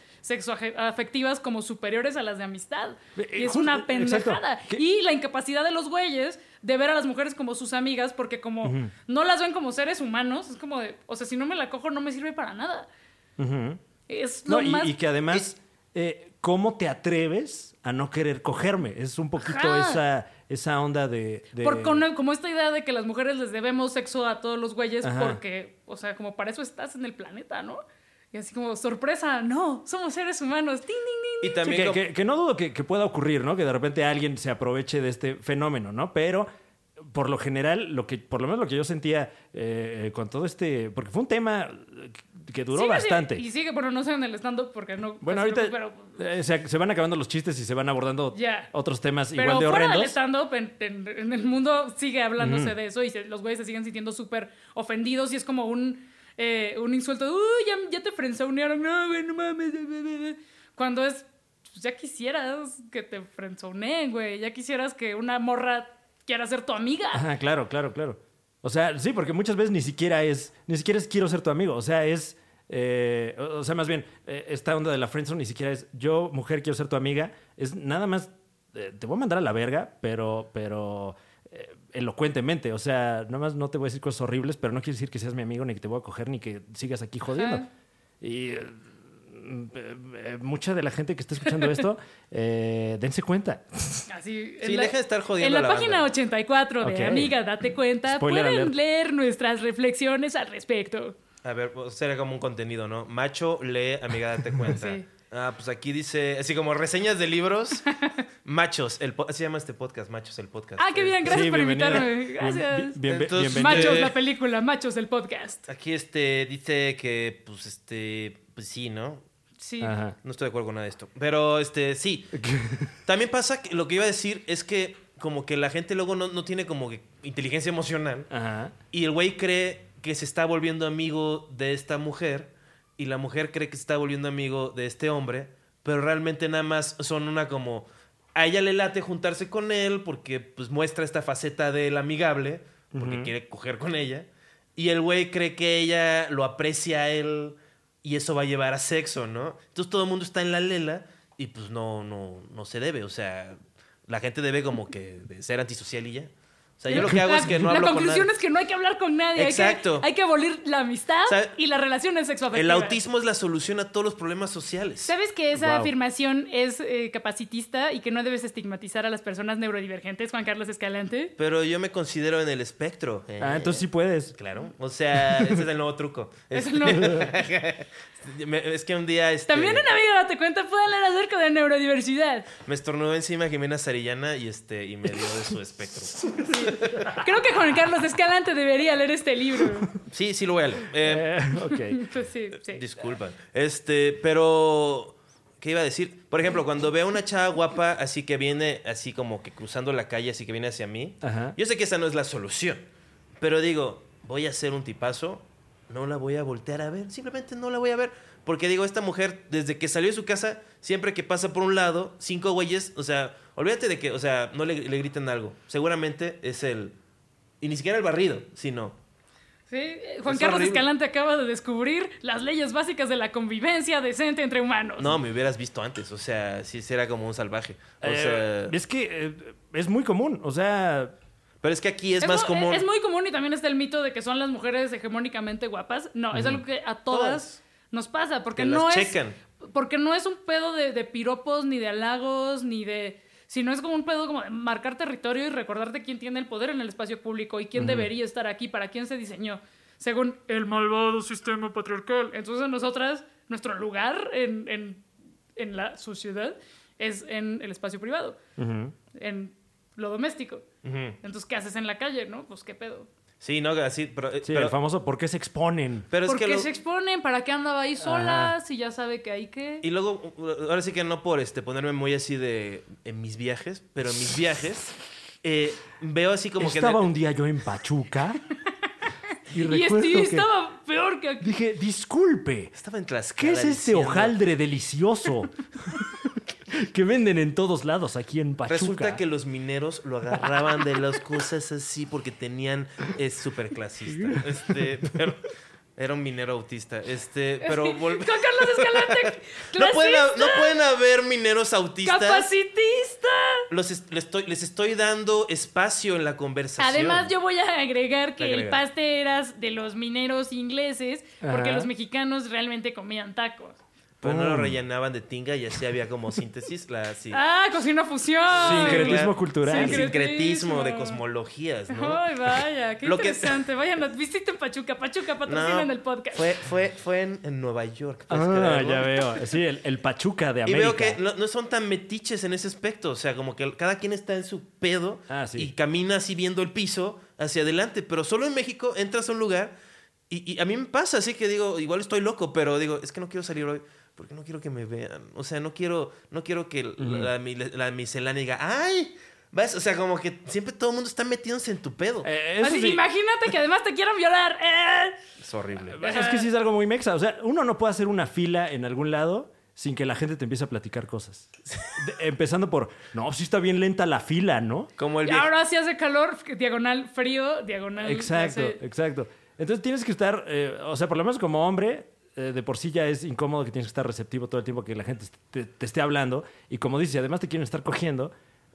sexoafectivas como superiores a las de amistad. Eh, eh, Y es justo, una pendejada. exacto. ¿Qué? Y la incapacidad de los güeyes de ver a las mujeres como sus amigas, porque como no las ven como seres humanos, es como de. O sea, si no me la cojo, no me sirve para nada. Ujú. Es lo No, y, más. y que además, eh, ¿cómo te atreves a no querer cogerme? Es un poquito Ajá. esa, esa onda de... de- Por con- como esta idea de que las mujeres les debemos sexo a todos los güeyes Ajá. porque, o sea, como para eso estás en el planeta, ¿no? Y así como, sorpresa, no, somos seres humanos. Tin, tin, tin. Y Sí, también. que, como- que- que no dudo que, que pueda ocurrir, ¿no? Que de repente alguien se aproveche de este fenómeno, ¿no? Pero por lo general, lo que, por lo menos lo que yo sentía eh, con todo este, porque fue un tema eh, que- que duró Sigue- bastante. Y sigue, bueno, no sé en el stand-up porque no. Bueno, casi ahorita no- pero eh, se, se van acabando los chistes y se van abordando Ya. otros temas pero igual de fuera del horrendos. stand-up, en, en- en el mundo sigue hablándose de eso y se- los güeyes se siguen sintiendo súper ofendidos y es como un, eh, un insulto. de, Uy, ya, ya te frenzonearon. No, güey, no mames. eh, eh, eh". Cuando es. pues, ya quisieras que te frenzoneen, güey. Ya quisieras que una morra quiera ser tu amiga. Ajá, claro, claro, claro. O sea, sí, porque muchas veces ni siquiera es, ni siquiera es quiero ser tu amigo. O sea, es, eh, o o sea, más bien, eh, esta onda de la friendzone ni siquiera es yo, mujer, quiero ser tu amiga. Es nada más, eh, te voy a mandar a la verga, pero, pero eh, elocuentemente. O sea, nada más no te voy a decir cosas horribles, pero no quiere decir que seas mi amigo, ni que te voy a coger, ni que sigas aquí jodiendo. Ajá. Y eh, mm, eh, eh, mucha de la gente que está escuchando esto, eh, dense cuenta. Así, Sí, en la- deja de estar jodiendo En la, a la página banda. 84 de Ok. Amiga, date cuenta, Spoiler pueden alert. leer nuestras reflexiones al respecto. A ver, pues, sería como un contenido, ¿no? Macho, lee, amiga, date cuenta. Sí. Ah, pues aquí dice, así como reseñas de libros, Machos, el po- así se llama este podcast, Machos, el podcast. pues. Ah, qué bien, gracias pues. Sí, por bienvenida. invitarme. Bien- Gracias. bien- bien- Entonces, bienvenida. Machos Eh, la película, machos el podcast. Aquí este dice que, pues, este, pues sí, ¿no? Sí. Ajá. No estoy de acuerdo con nada de esto. Pero este, sí. También pasa que lo que iba a decir es que como que la gente luego no, no tiene como que inteligencia emocional. Ajá. Y el güey cree que se está volviendo amigo de esta mujer. Y la mujer cree que se está volviendo amigo de este hombre. Pero realmente nada más son una como. A ella le late juntarse con él porque pues muestra esta faceta del amigable. Porque quiere coger con ella. Y el güey cree que ella lo aprecia a él. Y eso va a llevar a sexo, ¿no? Entonces todo el mundo está en la lela. Y pues no, no, no se debe. O sea, la gente debe como que de ser antisocial y ya. O sea, yo lo que hago La- es que no La hablo con nadie. conclusión es que no hay que hablar con nadie. hay que- Exacto. Hay que, abolir la amistad O sea, y las relaciones sexuales. El autismo es la solución a todos los problemas sociales. ¿Sabes que esa Wow. afirmación es eh, capacitista y que no debes estigmatizar a las personas neurodivergentes, Juan Carlos Escalante? Pero yo me considero en el espectro. eh. Ah, entonces sí puedes. Claro. O sea, ese es el nuevo truco. Es Este- el nuevo- Me- es que un día este, También en Amigo Date Cuenta puede hablar acerca de neurodiversidad. me estornudó encima Jimena Sarillana y, este, y me dio de su espectro. Creo que Juan Carlos Escalante debería leer este libro. Sí, sí lo voy a leer. Eh, Eh, ok. Pues sí, sí. Disculpa. Este, pero. ¿Qué iba a decir? Por ejemplo, cuando veo a una chava guapa así que viene así como que cruzando la calle, así que viene hacia mí. Ajá. Yo sé que esa no es la solución. Pero digo, voy a hacer un tipazo. No la voy a voltear a ver. Simplemente no la voy a ver. Porque digo, esta mujer, desde que salió de su casa, siempre que pasa por un lado, cinco güeyes. O sea, olvídate de que, o sea, no le, le gritan algo. Seguramente es el. Y ni siquiera el barrido, sino. Sí, eh, Juan Es Carlos horrible. Escalante acaba de descubrir las leyes básicas de la convivencia decente entre humanos. No, me hubieras visto antes. O sea, sí, sí era como un salvaje. O Eh, sea, es que eh, es muy común. O sea, pero es que aquí es, Es más mu- común. Es, muy común y también está el mito de que son las mujeres hegemónicamente guapas. No, es algo que a todas, Todas. nos pasa, porque Que las no es checan. porque no es un pedo de, de piropos ni de halagos ni de sino es como un pedo como de marcar territorio y recordarte quién tiene el poder en el espacio público y quién debería estar aquí, para quién se diseñó, según el malvado sistema patriarcal. Entonces nosotras, nuestro lugar en, en- en la sociedad es en el espacio privado, en lo doméstico. Ujú. Entonces, ¿qué haces en la calle, no? Pues qué pedo. Sí, no, así. Pero, sí, pero- el famoso ¿por qué se exponen? pero es ¿Por que. qué lo- se exponen? ¿Para qué andaba ahí sola? Si ya sabe que hay que... Y luego, uh, ahora sí que no por este ponerme muy así de en mis viajes, pero en mis viajes eh, veo así como que... Estaba un día yo en Pachuca y Y, recuerdo este- que estaba peor que aquí. dije, disculpe, Estaba en Tlaxcala. ¿qué es este diciendo- hojaldre delicioso que venden en todos lados aquí en Pachuca? Resulta que los mineros lo agarraban de las cosas así porque tenían... Es súper clasista. Este, pero... Era un minero autista. Este, pero... Juan vol- Carlos Escalante, No pueden, clasista, ha- no pueden haber mineros autistas. capacitista. Los es- les, estoy, les estoy dando espacio en la conversación. Además, yo voy a agregar que el Agrega. paste eras de los mineros ingleses, porque Ajá. los mexicanos realmente comían tacos. Pero no lo Pum. rellenaban de tinga y así había como síntesis. La, sí. ¡Ah, cocina fusión! Sincretismo claro. cultural. El sincretismo de Sincretismo. cosmologías, ¿no? Ay, vaya, qué Lo que- interesante. Vayan, a- visiten Pachuca. Pachuca, patrocinan No, el podcast. Fue, fue, fue en, en Nueva York. ¿puedes Ah, creerlo? ya veo. Sí, el, el Pachuca Y de América. veo que no, no son tan metiches en ese aspecto. O sea, como que cada quien está en su pedo Ah, sí. y camina así viendo el piso hacia adelante. Pero solo en México entras a un lugar y, y a mí me pasa así que digo, igual estoy loco, pero digo, es que no quiero salir hoy porque no quiero que me vean. O sea, no quiero, no quiero que la, mi- la miscelánea diga, ¡ay! ¿Ves? O sea, como que siempre todo el mundo está metiéndose en tu pedo. Eh, eso Así, sí. Imagínate que además te quieran violar. ¡Eh! Es horrible. Es que sí es algo muy mexa. O sea, uno no puede hacer una fila en algún lado sin que la gente te empiece a platicar cosas. De- empezando por, no, sí está bien lenta la fila, ¿no? Como el Y viejo- ahora sí hace calor, f- diagonal frío, diagonal. Exacto, hace- exacto. Entonces tienes que estar, eh, o sea, por lo menos como hombre, eh, de por sí ya es incómodo que tienes que estar receptivo todo el tiempo que la gente est- te, te esté hablando. Y como dices, además te quieren estar cogiendo.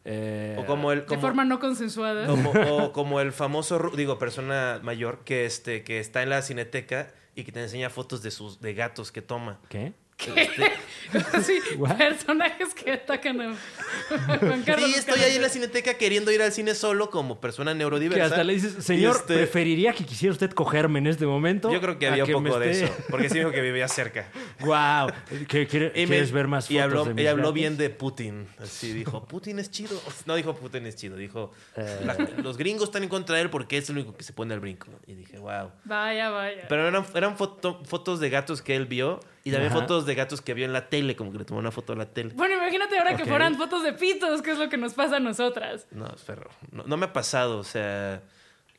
eh, o como el De como, forma no consensuada. como- o como el famoso ru- digo persona mayor que este que está en la cineteca y que te enseña fotos de sus de gatos que toma. ¿Qué? Este, Sí, What? personajes que atacan a a Juan Carlos. sí, estoy ahí en la cineteca queriendo ir al cine solo como persona Que neurodiversa. hasta le dices, señor, Y este, preferiría que quisiera usted cogerme en este momento. yo creo que había un poco de eso, porque sí dijo que vivía cerca. ¡Wow! Y me- ¿Quieres ver más fotos y habló, de y mis habló gatos? bien de Putin. Así dijo, Putin es chido. No dijo Putin es chido, dijo, Eh. "La- los gringos están en contra de él porque es el único que se pone al brinco. Y dije, wow. Vaya, vaya. Pero eran, eran foto- fotos de gatos que él vio Y también Ajá. fotos de gatos que vio en la tele, como que le tomó una foto a la tele. Bueno, imagínate ahora Ok. que fueran fotos de pitos, que es lo que nos pasa a nosotras. No, perro. No, no me ha pasado, o sea.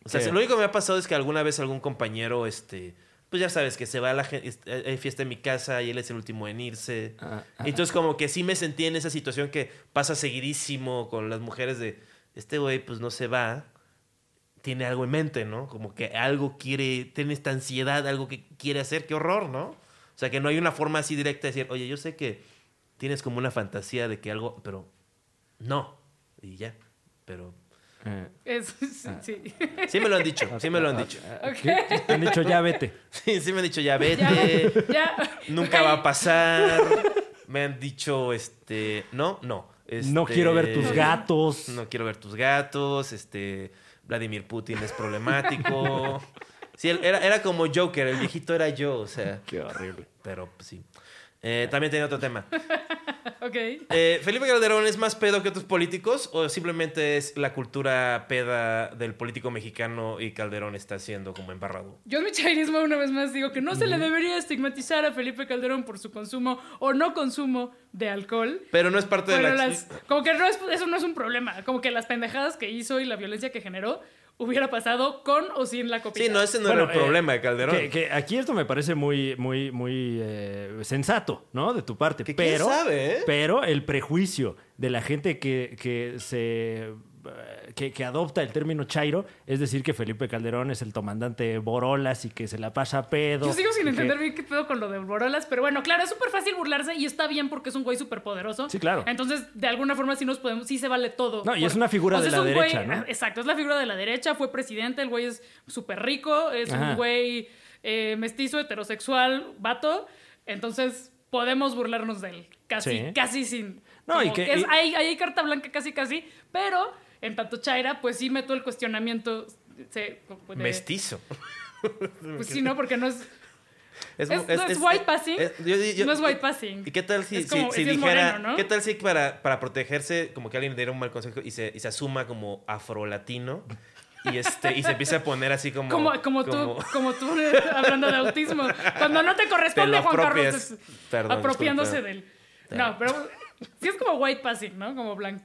O sea, ¿Qué? lo único que me ha pasado es que alguna vez algún compañero, este. Pues ya sabes, que se va a la gen- este, hay fiesta en mi casa y él es el último en irse. Ah, ah, Entonces, como que sí me sentí en esa situación que pasa seguidísimo con las mujeres de. Este güey, pues no se va. Tiene algo en mente, ¿no? Como que algo quiere. Tiene esta ansiedad, algo que quiere hacer. ¡Qué horror, ¿no? O sea, que no hay una forma así directa de decir, oye, yo sé que tienes como una fantasía de que algo. Pero no. Y ya. Pero. eh, Es, Ah, sí. Sí me lo han dicho, sí me lo han dicho. ah. ¿qué? Te han dicho, ya vete. Sí, sí me han dicho, ya Ya, vete, ya. nunca va a pasar. Me han dicho, este, no, no. este, No quiero ver tus gatos. No quiero ver tus gatos, este, Vladimir Putin es problemático. Sí, él- era, era como Joker, el viejito era yo, o sea, Qué horrible. pero pues, sí. Eh, también tenía otro tema. Ok. Eh, ¿Felipe Calderón es más pedo que otros políticos o simplemente es la cultura peda del político mexicano y Calderón está siendo como embarrado? Yo en mi chairismo una vez más digo que no se le debería estigmatizar a Felipe Calderón por su consumo o no consumo de alcohol. Pero no es parte de Pero la... las, como que no es- eso no es un problema. Como que las pendejadas que hizo y la violencia que generó hubiera pasado con o sin la copia. Sí, no, ese no Bueno, era el eh, problema de Calderón. Que, que aquí esto me parece muy, muy, muy eh, sensato, ¿no? De tu parte. Que quién pero, sabe, ¿eh? pero el prejuicio de la gente que, que se eh, que, que adopta el término chairo, es decir que Felipe Calderón es el comandante Borolas y que se la pasa a pedo. Yo sigo sin y que- entender bien qué pedo con lo de Borolas, pero bueno, claro, es súper fácil burlarse y está bien porque es un güey súper poderoso. Sí, claro. Entonces, de alguna forma sí nos podemos, sí se vale todo. No, y Por- es una figura o sea, de es la un güey- derecha, ¿no? Exacto, es la figura de la derecha, fue presidente, el güey es súper rico, es Ajá. un güey eh, mestizo, heterosexual, vato. Entonces, podemos burlarnos de él. Casi, Sí. casi sin. No, y como que- es- y- hay, hay carta blanca casi, casi, pero en tanto Chaira, pues sí meto el cuestionamiento. se- de- Mestizo. Pues sí, ¿no? Porque no es. Es- no es es- white passing. yo- yo- No es white passing. ¿Y qué tal si, Es si- como- si sí es dijera... moreno, ¿no? ¿Qué tal si para, para protegerse, como que alguien le diera un mal consejo y se, y se asuma como afrolatino y, este, y se empieza a poner así como... Como, como, tú, como tú hablando de autismo. Cuando no te Te corresponde, lo Juan Carlos, apropias. es Perdón, apropiándose disculpa. de él. No, pero sí es como white passing, ¿no? Como blanco.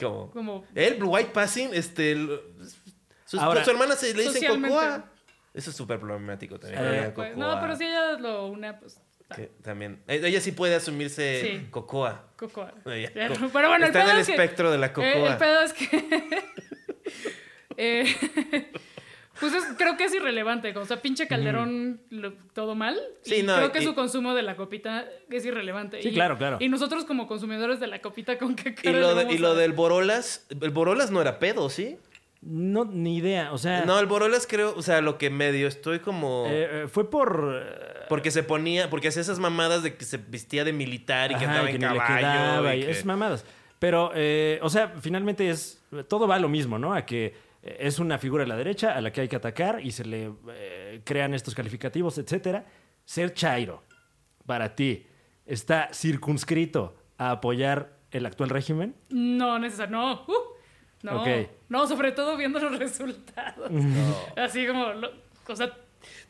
Como, como- El white passing, este... el- sus, Ahora- su hermana se le dicen Socialmente. cocoa. Eso es súper problemático también. Eh, que le digan Pues, cocoa. no, pero si ella lo una, pues. ta, Que también. eh, Ella sí puede asumirse Sí. cocoa. Cocoa. Ella- Ya, co- Pero bueno, está el pedo en el es que- espectro de la cocoa. Eh, el pedo es que. Eh, pues es- creo que es irrelevante. O sea, pinche Calderón, lo- todo mal. Mm. Sí, y no, creo que y- su consumo de la copita es irrelevante. Sí, Y- claro, claro. Y nosotros, como consumidores de la copita, ¿con qué y cara le lo, de- vamos y a lo dar? del Borolas, el Borolas no era pedo, ¿sí? No, ni idea. O sea, No, el Borolas creo, o sea, lo que medio estoy como... Ah. eh, eh, fue por... eh, porque se ponía, porque hacía esas mamadas de que se vestía de militar y que Ajá, andaba y en que ni le caballo. quedaba, y y que- es mamadas. Pero, eh, o sea, finalmente es. Todo va a lo mismo, ¿no? A que eh, es una figura de la derecha a la que hay que atacar y se le eh, crean estos calificativos, etcétera. Ser chairo, para ti, está circunscrito a apoyar el actual régimen. No, necesario. No. Uh, no. Ok. No, sobre todo viendo los resultados. Así como. lo- o sea,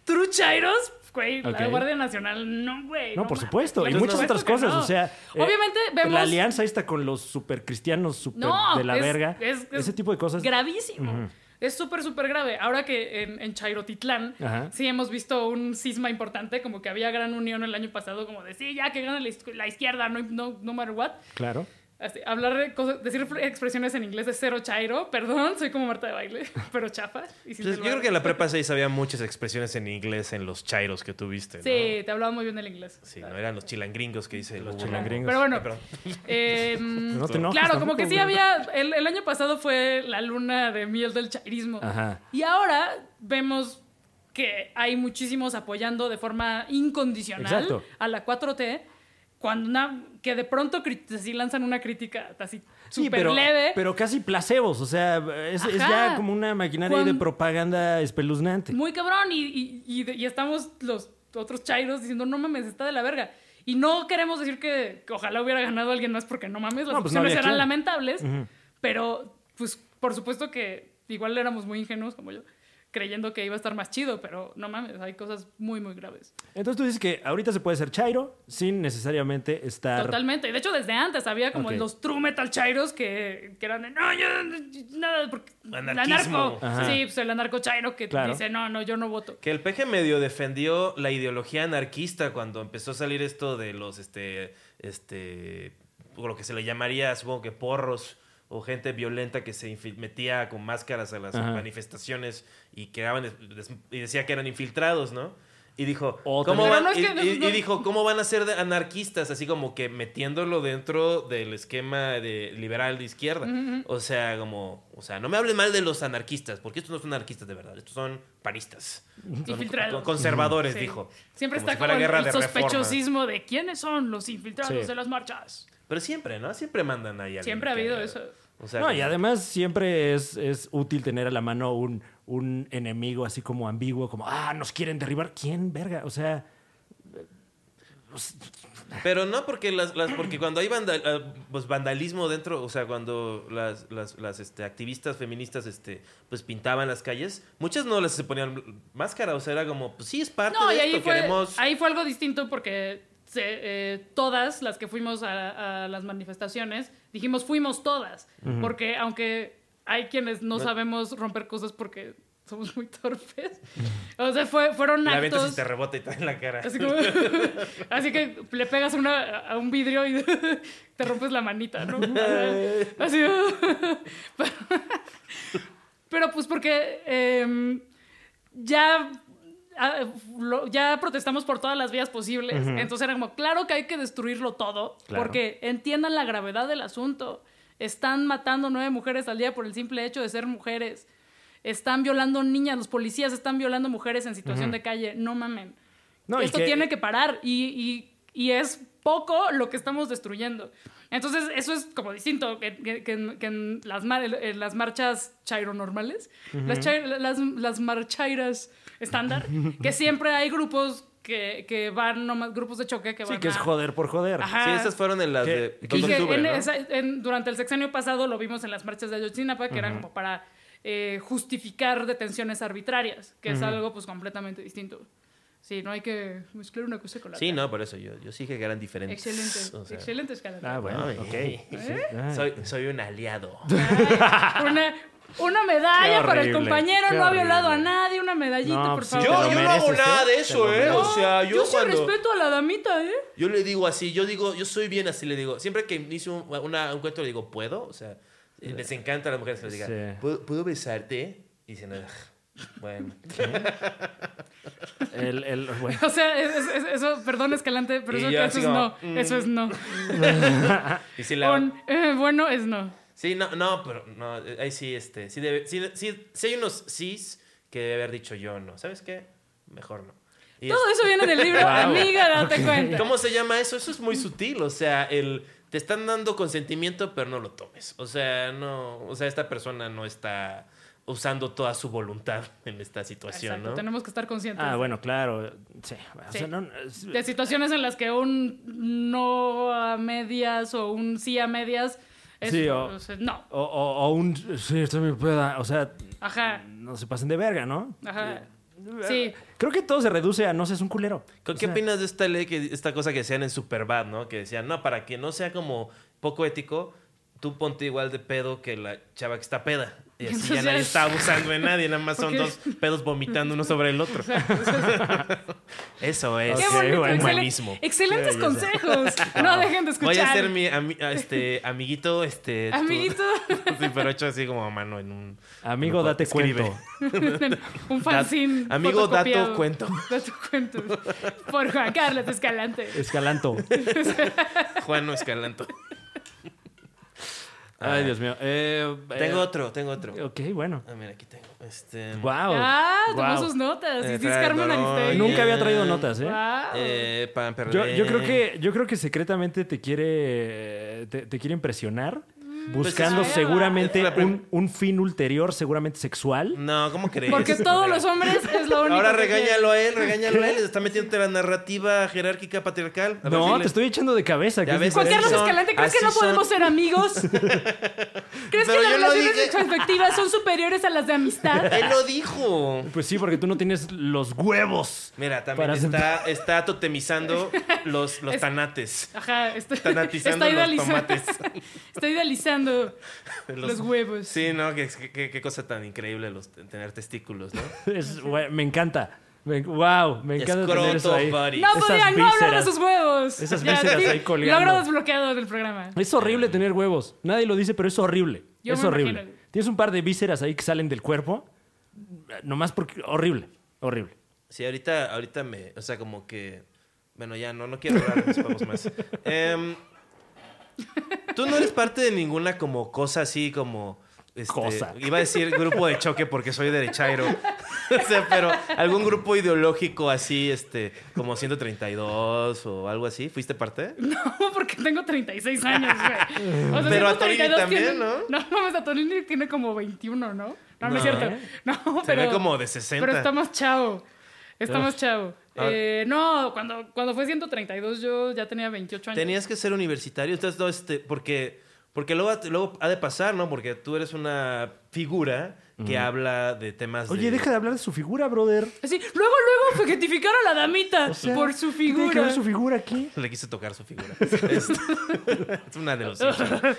True Chairos, güey, la Ok. Guardia Nacional, no, güey. No, por mames, supuesto. Y por muchas supuesto otras que cosas. no. O sea, eh, Obviamente vemos. La alianza está con los supercristianos, super No, de la es- verga. es- es ese tipo de cosas. Gravísimo. Es súper, súper grave. Ahora que en, en Chairotitlán Ajá. sí hemos visto un cisma importante, como que había gran unión el año pasado, como de sí, ya que gane la, iz- la izquierda, no, no, no matter what. Claro. Así, hablar de cosas, decir expresiones en inglés es cero chairo, perdón, soy como Marta de baile, pero chafa. y Pues, sin yo celular. creo que en la prepa 6 había muchas expresiones en inglés en los chairos que tuviste, ¿no? Sí, te hablaba muy bien del inglés. Sí, no eran los chilangringos que dice Los Hugo chilangringos. Pero bueno, Ay, perdón. eh, mm, No te enojes claro, como tampoco, que sí güey. había, el, el año pasado fue la luna de miel del chairismo. Ajá. Y ahora vemos que hay muchísimos apoyando de forma incondicional Exacto. a la 4T, cuando una- que de pronto crit- así lanzan una crítica así Sí, súper pero, leve. pero casi placebos, o sea, es, es Ajá. ya como una maquinaria Cuan- de propaganda espeluznante. Muy cabrón. Y, y- y de- y estamos los otros chairos diciendo, no mames, está de la verga. Y no queremos decir que, que ojalá hubiera ganado alguien más porque no mames, las No, pues no opciones había eran quien. lamentables. Pero, pues, por supuesto que igual éramos muy ingenuos como yo. creyendo que iba a estar más chido, pero no mames, hay cosas muy, muy graves. Entonces tú dices que ahorita se puede ser chairo sin necesariamente estar. Totalmente. Y de hecho, desde antes había como Ok. los true metal chairos que, que eran de no, yo nada, porque Anarquismo. anarco. Ajá. Sí, pues el anarco chairo que Claro. dice no, no, yo no voto. Que el peje medio defendió la ideología anarquista cuando empezó a salir esto de los, este, este, o lo que se le llamaría, supongo que porros o gente violenta que se infi- metía con máscaras a las Ajá. manifestaciones y quedaban des- des- y decía que eran infiltrados, ¿no? Y dijo, O ¿cómo también- van, Pero no es y- que- y- y dijo, ¿cómo van a ser de anarquistas? Así como que metiéndolo dentro del esquema de liberal de izquierda. O sea, como, o sea, no me hablen mal de los anarquistas, porque estos no son anarquistas de verdad, estos son paristas. Son Infiltrados. co- conservadores, Sí. dijo. Siempre Como está si fuera como el, guerra el de reforma. sospechosismo de quiénes son los infiltrados Sí. de las marchas. Pero siempre, ¿no? Siempre mandan ahí alguien Siempre ha que- habido eso. O sea, No, como- y además siempre es, es útil tener a la mano un, un enemigo así como ambiguo, como, ah, nos quieren derribar. ¿Quién, verga? O sea, Pero no porque las, las- porque cuando hay vanda- ah, pues, vandalismo dentro, o sea, cuando las, las, las, este, activistas feministas este, pues pintaban las calles, muchas no les se ponían máscara, o sea, era como, pues sí, es parte No, de y esto, ahí fue, queremos... ahí fue algo distinto porque se- eh, todas las que fuimos a, a las manifestaciones, dijimos fuimos todas, porque aunque hay quienes no, sabemos romper cosas porque somos muy torpes, o sea, fue- fueron La venta actos... se te rebota y te da en la cara. Así, como- así que le pegas una, a un vidrio y te rompes la manita, ¿no? Así. Pero, pero pues porque em, ya, ah, lo- ya protestamos por todas las vías posibles. Entonces era como, claro que hay que destruirlo todo, Claro. porque entiendan la gravedad del asunto. Están matando nueve mujeres al día por el simple hecho de ser mujeres. Están violando niñas, los policías están violando mujeres en situación de calle. No mamen. No, y Esto que- tiene que parar y, y- y es poco lo que estamos destruyendo. Entonces, eso es como distinto que, que- que en, que en las, mar- en las marchas chairo normales, las, chai- las, las marchairas estándar, que siempre hay grupos que, que van, nomás, grupos de choque que van. sí que es a- joder por joder. Ajá. Sí, esas fueron en las Que- de que- Y 2 de que octubre, en ¿no? esa- en- durante el sexenio pasado lo vimos en las marchas de Ayotzinapa, que eran como para eh, justificar detenciones arbitrarias, que es algo pues completamente distinto. Sí, no hay que mezclar una cosa con la Sí, otra. no, por eso yo, yo sí que eran diferentes. Excelente, O sea, excelente escala. Ah, bueno, Ay. ok. Sí. Ay. Soy, soy un aliado. Ay, una, una medalla Qué para el horrible, compañero, qué no ha violado a horrible. nadie, una medallita, No, por sí, favor. te lo Yo- yo no hago nada de eso, Te lo ¿eh? mereces. O sea, yo yo sí cuando- respeto a la damita, ¿eh? Yo le digo así, yo digo, yo soy bien así, le digo. Siempre que inicio un, una- un cuento le digo, ¿puedo? O sea, eh, les encanta a las mujeres que les digan, Sí. ¿puedo, puedo besarte? Y dicen, "Ugh, bueno. El- el- bueno. O sea, es- es- es- eso, perdón, Escalante, pero Y eso, yo que así eso es como, mm, no. Eso es no. Y si la- Un, eh, bueno, es no. Sí, no, no, pero no, eh, ahí sí, este, sí, debe, sí, sí, sí hay unos sís que debe haber dicho yo no. ¿Sabes qué? Mejor no. Y Todo eso viene del libro, amiga, date cuenta. ¿Cómo se llama eso? Eso es muy sutil. O sea, el te están dando consentimiento, pero no lo tomes. O sea, no. O sea, esta persona no está usando toda su voluntad en esta situación, Exacto, ¿no? tenemos que estar conscientes. Ah, bueno, claro. Sí. O Sí. sea, no- es- De situaciones en las que un no a medias o un sí a medias es, Sí, o- sea, no. o, o- o un... Sí, estoy muy peda. O sea, Ajá, no se pasen de verga, ¿no? ajá. Sí. Creo que todo se reduce a no seas un culero. ¿Qué O sea, opinas de esta ley, que, esta cosa que decían en Superbad, ¿no? Que decían, no, para que no sea como poco ético, tú ponte igual de pedo que la chava que está peda. Y así ya Entonces- nadie está abusando de nadie, nada más son Ok. dos pedos vomitando uno sobre el otro. Eso es Qué bonito, bueno. excelen- humanismo. Excelentes consejos. No dejen de escuchar. Voy a ser mi ami- a este, amiguito, este. tú. Amiguito, Sí, pero hecho así como a mano en un. Amigo, date Escribe. cuenta. un fanzine. Dat- amigo, dato fotocopiado. cuento. Dato cuento. Por Juan Carlos Escalante. Escalanto. Juano Escalanto. Eh. Ay, Dios mío. Eh, eh, Tengo otro, tengo otro. Ok, bueno. Ah, mira, aquí tengo. Este. Wow. Ah, tomó Wow. sus notas. Y Eh, sí, es Carmen perdón. Aristegui. Nunca había traído notas, ¿eh? Wow. Eh, pan Yo, yo perlé. creo que yo creo que secretamente te quiere te, te quiere impresionar buscando Pues es- seguramente Es la prim- Mm. un, un fin ulterior, seguramente sexual. No, ¿cómo crees? Porque todos los hombres es lo único. Ahora que quieren. regáñalo a él, regáñalo a él. Está metiéndote la narrativa jerárquica patriarcal. A ver, No, dile. te estoy echando de cabeza. Ya que es ves, Juan diferente. Carlos Así son, Escalante, ¿crees que no así podemos son. ser amigos? Pero ¿Crees que las yo no relaciones dije- sexoafectivas son superiores a las de amistad? Él lo dijo. Pues sí, porque tú no tienes los huevos. Mira, también Para está, está totemizando los, los Es- tanates. Ajá, estoy, Tanatizando está los idealiza- tomates. Estoy idealizando los huevos. Sí, ¿no? Qué, qué- qué cosa tan increíble los, tener testículos, ¿no? Es- güey, me encanta. Me- wow, me encanta tener Escroto eso ahí. buddy. No Esas podían, no hablar de vísceras. sus huevos. Esas Ya, vísceras sí, ahí colgando. Logro desbloqueado del programa. Es horrible tener huevos. Nadie lo dice, pero es horrible. Yo es me horrible. imagino. Tienes un par de vísceras ahí que salen del cuerpo. Nomás porque. Horrible. Horrible. Sí, ahorita, ahorita me. O sea, como que. Bueno, ya no, no quiero hablar de los pavos más. Em, Tú no eres parte de ninguna como cosa así como. este, Cosa. Iba a decir grupo de choque porque soy derechairo. o sea, pero algún grupo ideológico así, este, como 132 o algo así. ¿Fuiste parte? No, porque tengo 36 años, güey. O sea, Pero a 132 Torini también, tiene- ¿no? No, mames, a Torini tiene como 21, ¿no? No, no, No. es cierto. No, Se pero... ve como de 60. Pero está más chavo. Está más chavo. Ah. Eh, no, cuando, cuando fue 132 yo ya tenía 28 años. Tenías que ser universitario, entonces no, este, porque, porque luego, luego ha de pasar, ¿no? Porque tú eres una figura que habla de temas de- Oye, deja de hablar de su figura, brother. Así, luego, luego objetificar a la damita O sea, por su ¿qué tiene que figura. ver su figura aquí? Le quise tocar su figura. es, es una de los Simpson.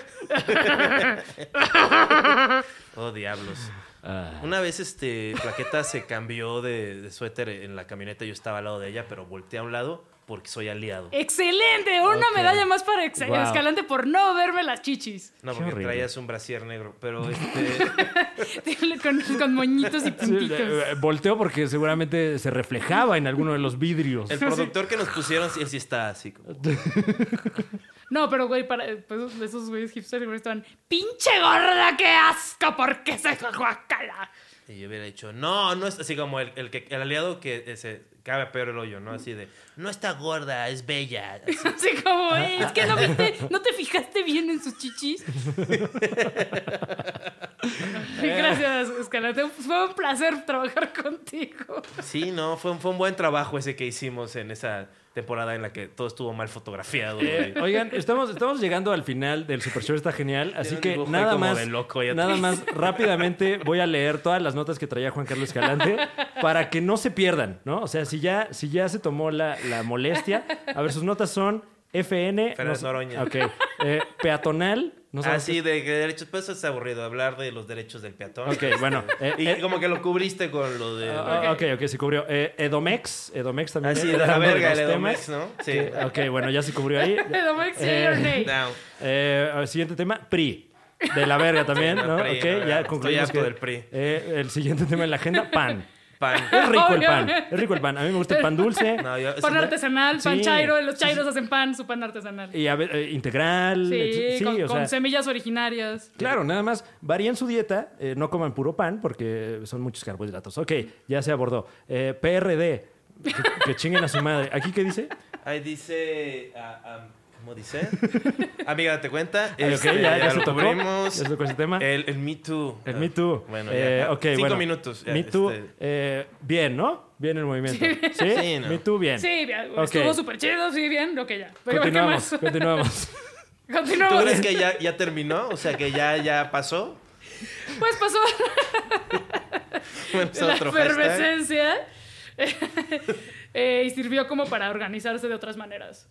Oh, diablos. Ah. Una vez este Plaqueta se cambió de, de suéter en la camioneta, yo estaba al lado de ella, pero volteé a un lado porque soy aliado. Eh, ¡Excelente! Una Ok. medalla más para Ex- Wow. Escalante por no verme las chichis. No, Qué porque horrible. traías un brasier negro, pero este, con, con moñitos y puntitos. Eh, eh, Volteo porque seguramente se reflejaba en alguno de los vidrios. el productor que nos pusieron, él sí está así como... No, pero güey, para, pues, esos güeyes hipsters siempre estaban ¡Pinche gorda, qué asco! ¿Por qué se guacala? Y yo hubiera dicho, no, no es así como el, el que, el aliado que eh, se cabe peor el hoyo, ¿no? Así de, no está gorda, es bella. Así. Así como, "Eh, es que no viste, no te fijaste bien en sus chichis. Gracias, Escalante. Fue un placer trabajar contigo. Sí, no, fue, un- fue un buen trabajo ese que hicimos en esa temporada en la que todo estuvo mal fotografiado. Eh, güey. oigan, estamos, estamos llegando al final del Super Show, está genial. Así un que dibujo ahí nada como más, de loco, ya te- nada más rápidamente voy a leer todas las notas que traía Juan Carlos Escalante para que no se pierdan, ¿no? O sea, si ya, si ya se tomó la, la molestia. A ver, sus notas son FN. Fernández sé- Noroña. Ok. eh, peatonal. No sabemos Así de que derechos, pues eso es aburrido, hablar de los derechos del peatón. qué- Ok, bueno. eh, Y eh, como que lo cubriste con lo de... ah, ok, ok, se cubrió. Eh, Edomex. Edomex también. así Ah, de la hablando verga, los el Edomex, temas. ¿no? Sí. Ok, bueno, ya se cubrió ahí. Edomex, sí, Eh, your name. Down. Eh, a ver, siguiente tema, PRI. De la verga también, No, ¿no? PRI, ok, no, no, ya estoy concluimos harto que, del PRI. eh, el siguiente tema en la agenda, pan. Pan. Es rico el pan, Obviamente. es rico el pan. A mí me gusta el pan dulce No, yo- Pan artesanal, pan Sí. chairo, los chairos hacen pan, su pan artesanal. y a ver, eh, integral. Sí, etc- sí, con, o con sea, semillas originarias. Claro, nada más varíen su dieta, eh, no coman puro pan porque son muchos carbohidratos. Ok, ya se abordó. Eh, PRD, que, que chinguen a su madre. ¿Aquí qué dice? Ah, Ahí dice... ah, ah, ¿Cómo dice? Amiga, date cuenta. Ay, Ah, ok, Este, ya, ya se lo tocó. cubrimos. Ya se tocó ese tema. El, el Me Too. El Ah, Me Too. Bueno, Eh, ya. ok, Cinco bueno. minutos. ya, Me Too, este, eh, bien, ¿no? Bien el movimiento. Sí, Sí, no. Me Too, bien. Sí, bien, Ok. estuvo súper chido, sí, bien, ok, ya. Pero ¿qué Continuamos, más? continuamos. ¿Tú Continuamos. crees que ya, ya terminó? O sea, que ya, ya pasó. Pues pasó Bueno, es la otro hashtag. efervescencia eh, y sirvió como para organizarse de otras maneras.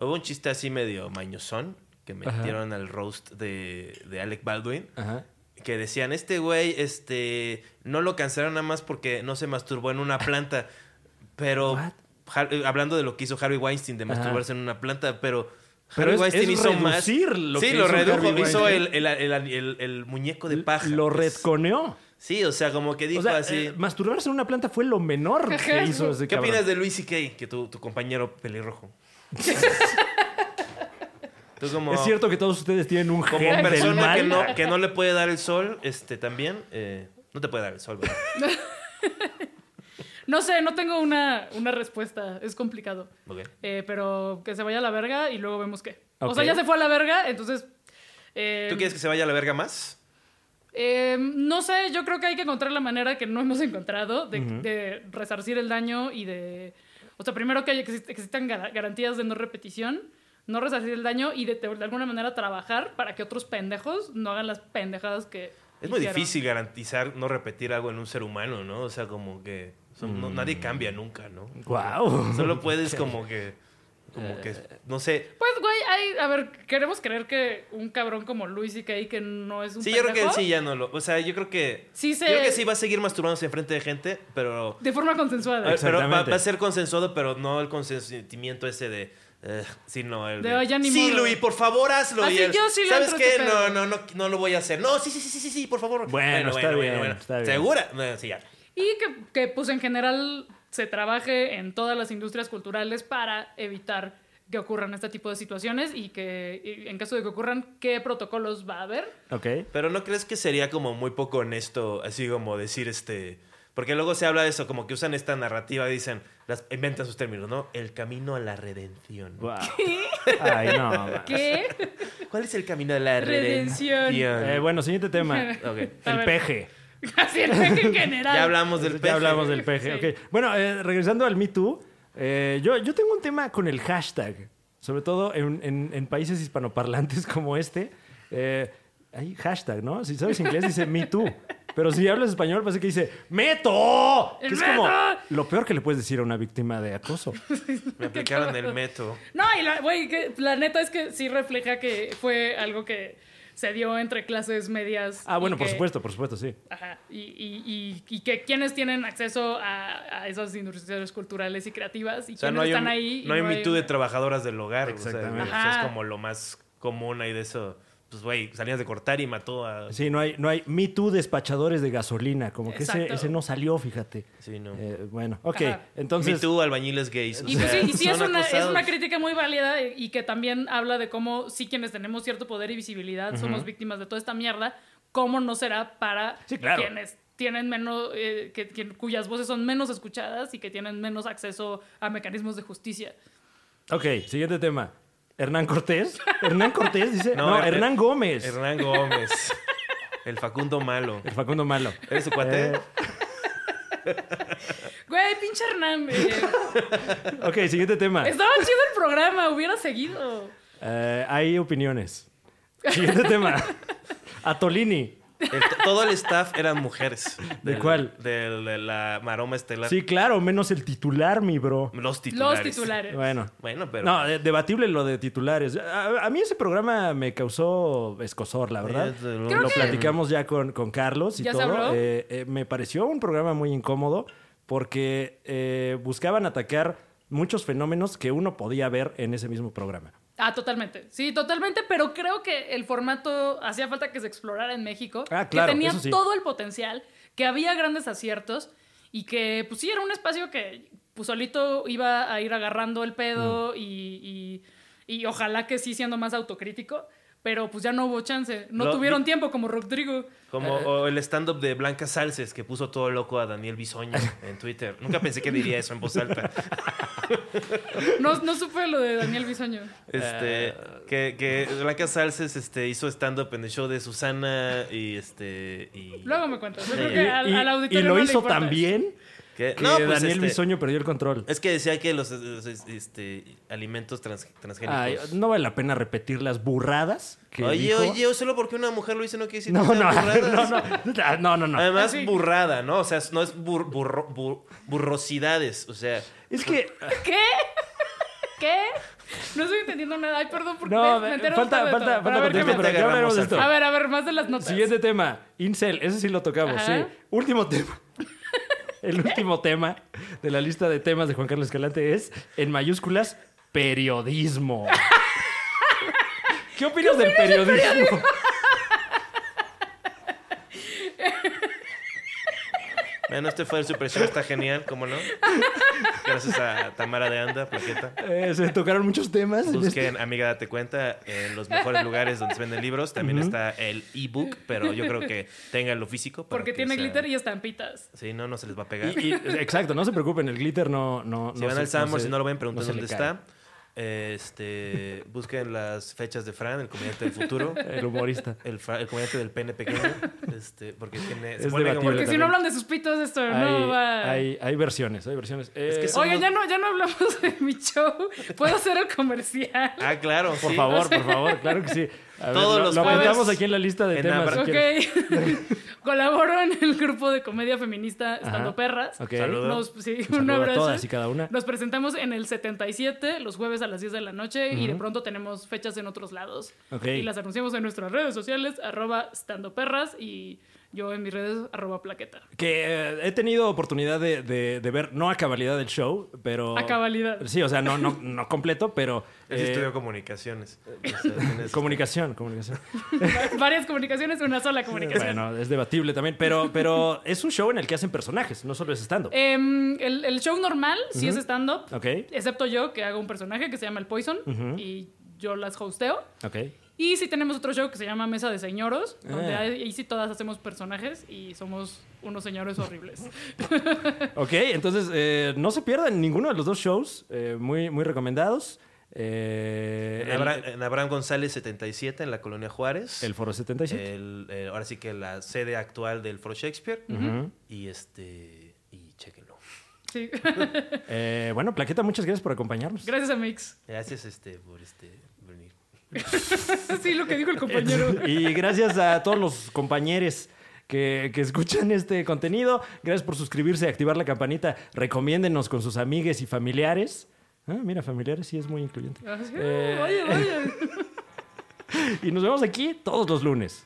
Hubo un chiste así medio mañosón que metieron al roast de, de Alec Baldwin. Ajá. Que decían, este güey, este, no lo cancelaron nada más porque no se masturbó en una planta. Pero, What? Har- eh, hablando de lo que hizo Harvey Weinstein, de Ajá. masturbarse en una planta, pero... Pero Harvey es- Weinstein es hizo reducir más. lo sí, que lo hizo redujo. Harvey hizo Weinstein. el, el, el, el- el muñeco de paja. Lo pues. redconeó. Sí, o sea, como que dijo O sea, así. eh, masturbarse en una planta fue lo menor que hizo ese ¿Qué cabrón. opinas de Luis C.K., que tu, tu compañero pelirrojo? Tú como, Es cierto que todos ustedes tienen un como gen del persona mal. que no, que no le puede dar el sol, este, también, eh, no te puede dar el sol, ¿verdad? No sé, no tengo una, una respuesta, es complicado. Ok. Eh, pero que se vaya a la verga y luego vemos qué. O sea, Ok. ya se fue a la verga, entonces Eh, ¿Tú quieres que se vaya a la verga más? eh, no sé, yo creo que hay que encontrar la manera que no hemos encontrado de, de resarcir el daño y de... O sea, primero que, haya- que exist- que existan gar- garantías de no repetición, no resarcir el daño y de, de alguna manera trabajar para que otros pendejos no hagan las pendejadas que... Es muy hicieron. difícil garantizar no repetir algo en un ser humano, ¿no? O sea, como que son- Mm. no- nadie cambia nunca, ¿no? Wow. Solo puedes como que, como Eh. que, no sé. Pues, güey, hay, a ver, queremos creer que un cabrón como Luis y Kay, que no es un Sí, yo creo que él pendejo, sí ya no lo, o sea, yo creo que, Sí se- yo creo que sí va a seguir masturbándose enfrente de gente, pero, De forma consensuada. pero va, Exactamente. va a ser consensuado, pero no el consentimiento ese de, eh, sino el De, de, "Ay, ya ni sí, modo". Luis, por favor hazlo. Así Y él, yo sí le ¿Sabes entro a qué? este No, pedo. no, no, no lo voy a hacer. No, sí, sí, sí, sí, sí, sí, por favor. Bueno, está bien, está bien. Segura, Bueno, sí ya. Y que, que, pues en general se trabaje en todas las industrias culturales para evitar que ocurran este tipo de situaciones y que y en caso de que ocurran, ¿qué protocolos va a haber? Ok. Pero ¿no crees que sería como muy poco honesto, así como decir este... Porque luego se habla de eso, como que usan esta narrativa y dicen, las, inventan sus términos, ¿no? El camino a la redención. Wow. Ay, no. man. ¿Qué? ¿Cuál es el camino de la redención? Redención. Eh, bueno, siguiente tema. Ok. A El ver. peje. Así el peje en general. Ya hablamos del Ya peje. hablamos del peje. Sí. ok. Bueno, eh, regresando al Me Too, eh, yo, yo tengo un tema con el hashtag, sobre todo en, en- en países hispanoparlantes como este. eh, hay hashtag, ¿no? Si sabes inglés dice Me Too, pero si hablas español parece que dice ¡Meto! Que ¡El es como meto! lo peor que le puedes decir a una víctima de acoso. Me aplicaron el meto. No, y la, güey, que la neta es que sí refleja que fue algo que se dio entre clases medias. Ah, y bueno, por que- supuesto, por supuesto, sí. Ajá. Y, y, y, y que quienes tienen acceso a, a esas industrias culturales y creativas y O sea, quienes no hay, están un- ahí. y no hay Me Too de trabajadoras del hogar. Exactamente. O sea, eso es Ajá. como lo más común ahí de eso. Pues, güey, salías de cortar y mató a... Sí, no hay, no hay Me Too despachadores de gasolina, como que ese, Exacto. ese no salió, fíjate. Sí, no. Eh, bueno, ok, Ajá. entonces... Me Too, albañiles gays. o Y, pues sea, sí, y sí es son una, es acosados. una crítica muy válida y que también habla de cómo sí quienes tenemos cierto poder y visibilidad somos víctimas de toda esta mierda, cómo no será para Sí, claro. quienes tienen menos, eh, que, que- cuyas voces son menos escuchadas y que tienen menos acceso a mecanismos de justicia. Ok, siguiente tema. Hernán Cortés. Hernán Cortés dice. No, No, Her- Hernán Gómez. Hernán Gómez. El Facundo Malo. El Facundo Malo. ¿Eres su cuate? Eh, Güey, pinche Hernán. eh, ok, siguiente tema. estaba chido el programa, hubiera seguido. Eh, hay opiniones. Siguiente tema. Atolini. El- todo el staff eran mujeres. ¿De Del- cuál? del- de la maroma estelar. Sí, claro, menos el titular, mi bro. Los titulares. Los titulares. Bueno. Bueno, pero... No, eh, debatible lo de titulares. A, a mí ese programa me causó escosor, la verdad. Es de lo- Creo lo que- platicamos ya con, con Carlos y ¿Ya se todo. habló? Eh, eh, me pareció un programa muy incómodo porque eh, buscaban atacar muchos fenómenos que uno podía ver en ese mismo programa. Ah, totalmente. Sí, totalmente, pero creo que el formato hacía falta que se explorara en México. Ah, claro, Que tenía eso sí. todo el potencial, que había grandes aciertos y que, pues sí, era un espacio que pues, solito iba a ir agarrando el Mm. pedo y, y- y ojalá que sí siendo más autocrítico, pero pues ya no hubo chance. No Lo- tuvieron di- tiempo como Rodrigo. Como Eh. o el stand-up de Blanca Salces que puso todo loco a Daniel Bisoño en Twitter. Nunca pensé que diría eso en voz alta. No, no supe lo de Daniel Bisoño. Este, Ah. que, que Blanca Salces este, hizo stand-up en el show de Susana y este... Y, Luego me cuentas. Yo Sí. creo Y, que al, y- al auditorio y lo no le hizo importa. tan bien que- que no, pues, Daniel este, Bisoño perdió el control. Es que decía que los, los, este, alimentos trans- transgénicos... Ay, no vale la pena repetir las burradas que pues. Oye, dijo. oye, solo porque una mujer lo hizo no quiere decir No, que no, sean burradas. Eh, no, no, Ah, no, no, no. Además, Así. burrada, ¿no? O sea, no es bur- burro- bur- burrosidades. O sea, Es que ¿Qué? ¿Qué? No estoy entendiendo nada. Ay, perdón, porque no, me, me entero falta, hasta de falta, todo. Pero falta a ver, ¿qué contexto, me- pero ya hablaremos de esto. A ver, a ver, más de las notas. Siguiente tema, Incel, ese sí lo tocamos, Ajá. sí. Último tema. El último tema de la lista de temas de Juan Carlos Escalante es, en mayúsculas, periodismo. ¿Qué opinas, del, periodismo? bueno, este fue el Super Show, está genial, ¿cómo no? Gracias a Tamara de Anda, plaqueta. Eh, se tocaron muchos temas. en este- Busquen, amiga, date cuenta, en los mejores lugares donde se venden libros. También está el ebook, pero yo creo que tengan lo físico. para Porque que tiene sea- glitter y estampitas. Sí, no, no se les va a pegar. Y- y- exacto, no se preocupen, el glitter no... no si no van se- al Sambor, se- si no lo ven, pregunten se le dónde cae. está. Este, busquen las fechas de Fran, el comediante del futuro. El humorista. El, fra- el comediante del pene pequeño. Este, porque tiene. se Es vuelve como debatible Porque el- si no hablan de sus pitos, esto no hay, va. hay- hay versiones, hay versiones. Es que Eh, son- Oigan, ya no, ya no hablamos de mi show. ¿Puedo hacer el comercial? Ah, claro. Por sí. favor, por favor, claro que sí. A ver, Todos lo, los lo jueves apuntamos aquí en la lista de en temas. Abra- si Ok. quieres. Colaboro en el grupo de comedia feminista Estando Ajá. Perras. Ok. Saludos. Nos, sí, Un un saludo a abrazo. todas y cada una. Nos presentamos en el 77, los jueves a las 10 de la noche, y de pronto tenemos fechas en otros lados. Ok. Y las anunciamos en nuestras redes sociales, arroba Estando Perras, y yo en mis redes, arroba Plaqueta. Que eh, he tenido oportunidad de, de- de ver, no a cabalidad el show, pero... A cabalidad. Sí, o sea, no, no, no completo, pero... Él sí eh, estudió comunicaciones. O sea, tiene este, sus- comunicación, comunicación. Varias comunicaciones, una sola comunicación. Bueno, es debatible también, pero, pero es un show en el que hacen personajes, no solo es estando. Em, el, el show normal sí es stand-up, Ok, excepto yo, que hago un personaje que se llama El Poison, y yo las hosteo. ok. Y sí tenemos otro show que se llama Mesa de Señoros, donde Ah. ahí ahí sí todas hacemos personajes y somos unos señores horribles. Ok, entonces eh, no se pierdan ninguno de los dos shows, eh, muy, muy recomendados. Eh, En el, Abraham, en Abraham González 77, en la colonia Juárez. el Foro 77. El- eh, ahora sí que la sede actual del Foro Shakespeare. Ujú. Y este. Y chequenlo. Sí. Eh, bueno, Plaqueta, muchas gracias por acompañarnos. Gracias a Mix. Gracias este, por este venir. Sí, lo que dijo el compañero. Y gracias a todos los compañeros que, que escuchan este contenido. Gracias por suscribirse, activar la campanita. Recomiéndenos con sus amigues y familiares. Ah, mira, familiares sí es muy incluyente. Ah, sí, Eh. Vaya, vaya. Y nos vemos aquí todos los lunes.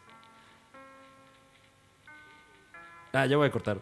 Ah, ya voy a cortar.